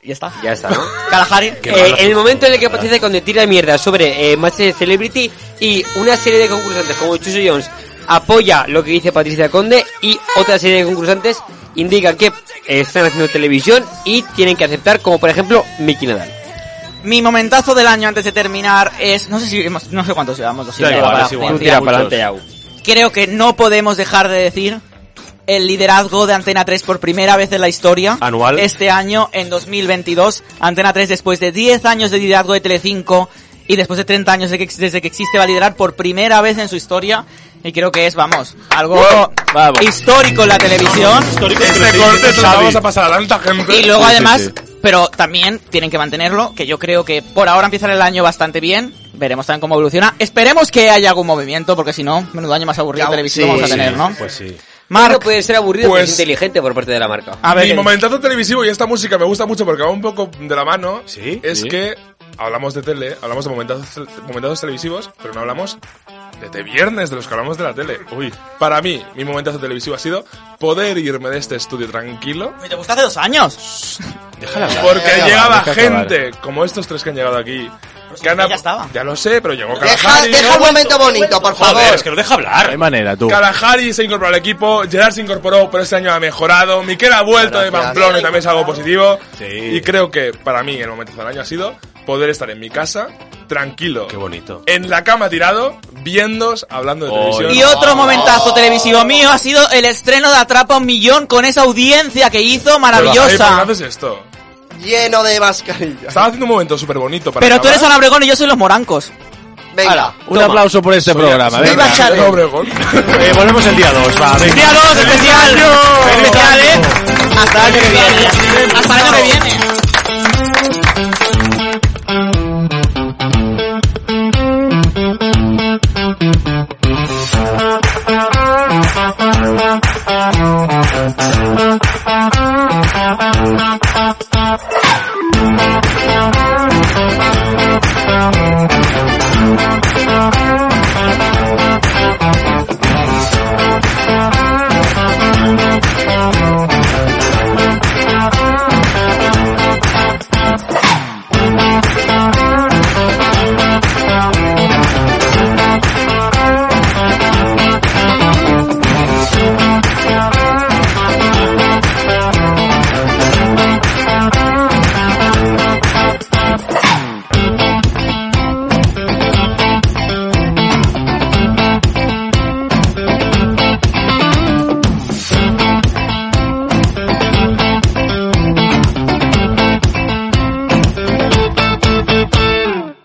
Ya está. Ya está, ¿no? Kalahari. Eh, en el momento en el que Patricia Conde tira mierda sobre eh, Master Celebrity y una serie de concursantes como Chuso Jones apoya lo que dice Patricia Conde y otra serie de concursantes indican que eh, están haciendo televisión y tienen que aceptar, como por ejemplo Mickey Nadal. Mi momentazo del año antes de terminar es. No sé si hemos- no sé cuántos llevamos. lo siento, Da igual, para- es igual. Tú tira para adelante, Au. Creo que no podemos dejar de decir el liderazgo de Antena 3 por primera vez en la historia. Anual. Este año, en 2022, Antena 3, después de 10 años de liderazgo de Telecinco y después de 30 años de que ex- desde que existe, va a liderar por primera vez en su historia. Y creo que es, vamos, algo Vamos. histórico en la televisión. Este corte se lo vamos a pasar a tanta gente. Y luego además, pero también tienen que mantenerlo, que yo creo que por ahora empiezan el año bastante bien. Veremos también cómo evoluciona. Esperemos que haya algún movimiento, porque si no, menudo año más aburrido de televisión vamos a tener, ¿no? Pues sí. No Marc, puede ser aburrido, pero es Pues- inteligente por parte de la marca. a Mi ver, momentazo televisivo y esta música me gusta mucho porque va un poco de la mano. Sí, Es sí. que hablamos de tele, hablamos de momentazos, momentazos televisivos, pero no hablamos de, de viernes, de los que hablamos de la tele. Uy. Para mí, mi momentazo televisivo ha sido poder irme de este estudio tranquilo. me te gusta hace dos años. Porque Deja llegaba acabar. gente como estos tres que han llegado aquí. que han ya ap- estaba. Ya lo sé, pero llegó Deja, Kalahari. deja un momento bonito, por Joder, favor. es que lo deja hablar. No hay manera, tú. Kalahari se incorporó al equipo, Gerard se incorporó, pero este año ha mejorado, Miquel ha vuelto de Pamplona y también es algo positivo. Sí. Y creo que para mí el momento del año ha sido poder estar en mi casa, tranquilo, Qué bonito. en la cama tirado, viendos, hablando de Oh, televisión. Y otro momentazo televisivo mío ha sido el estreno de Atrapa a un Millón con esa audiencia que hizo Pero, eh, Javi, ¿por maravillosa. qué haces esto? Lleno de mascarillas. Estaba haciendo un momento súper bonito para Pero tú eres acabar. Ana Obregón y yo soy los morancos. Venga. Ala. Un aplauso por este programa. Soy venga. Viva Channel. Ana Obregón. Eh, volvemos el día 2, va, venga. Día 2 especial. Especial, ¿eh? Hasta el año que viene. Hasta el año que viene.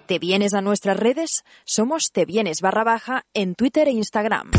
¿Te vienes a nuestras redes? Somos Te vienes barra baja en Twitter e Instagram.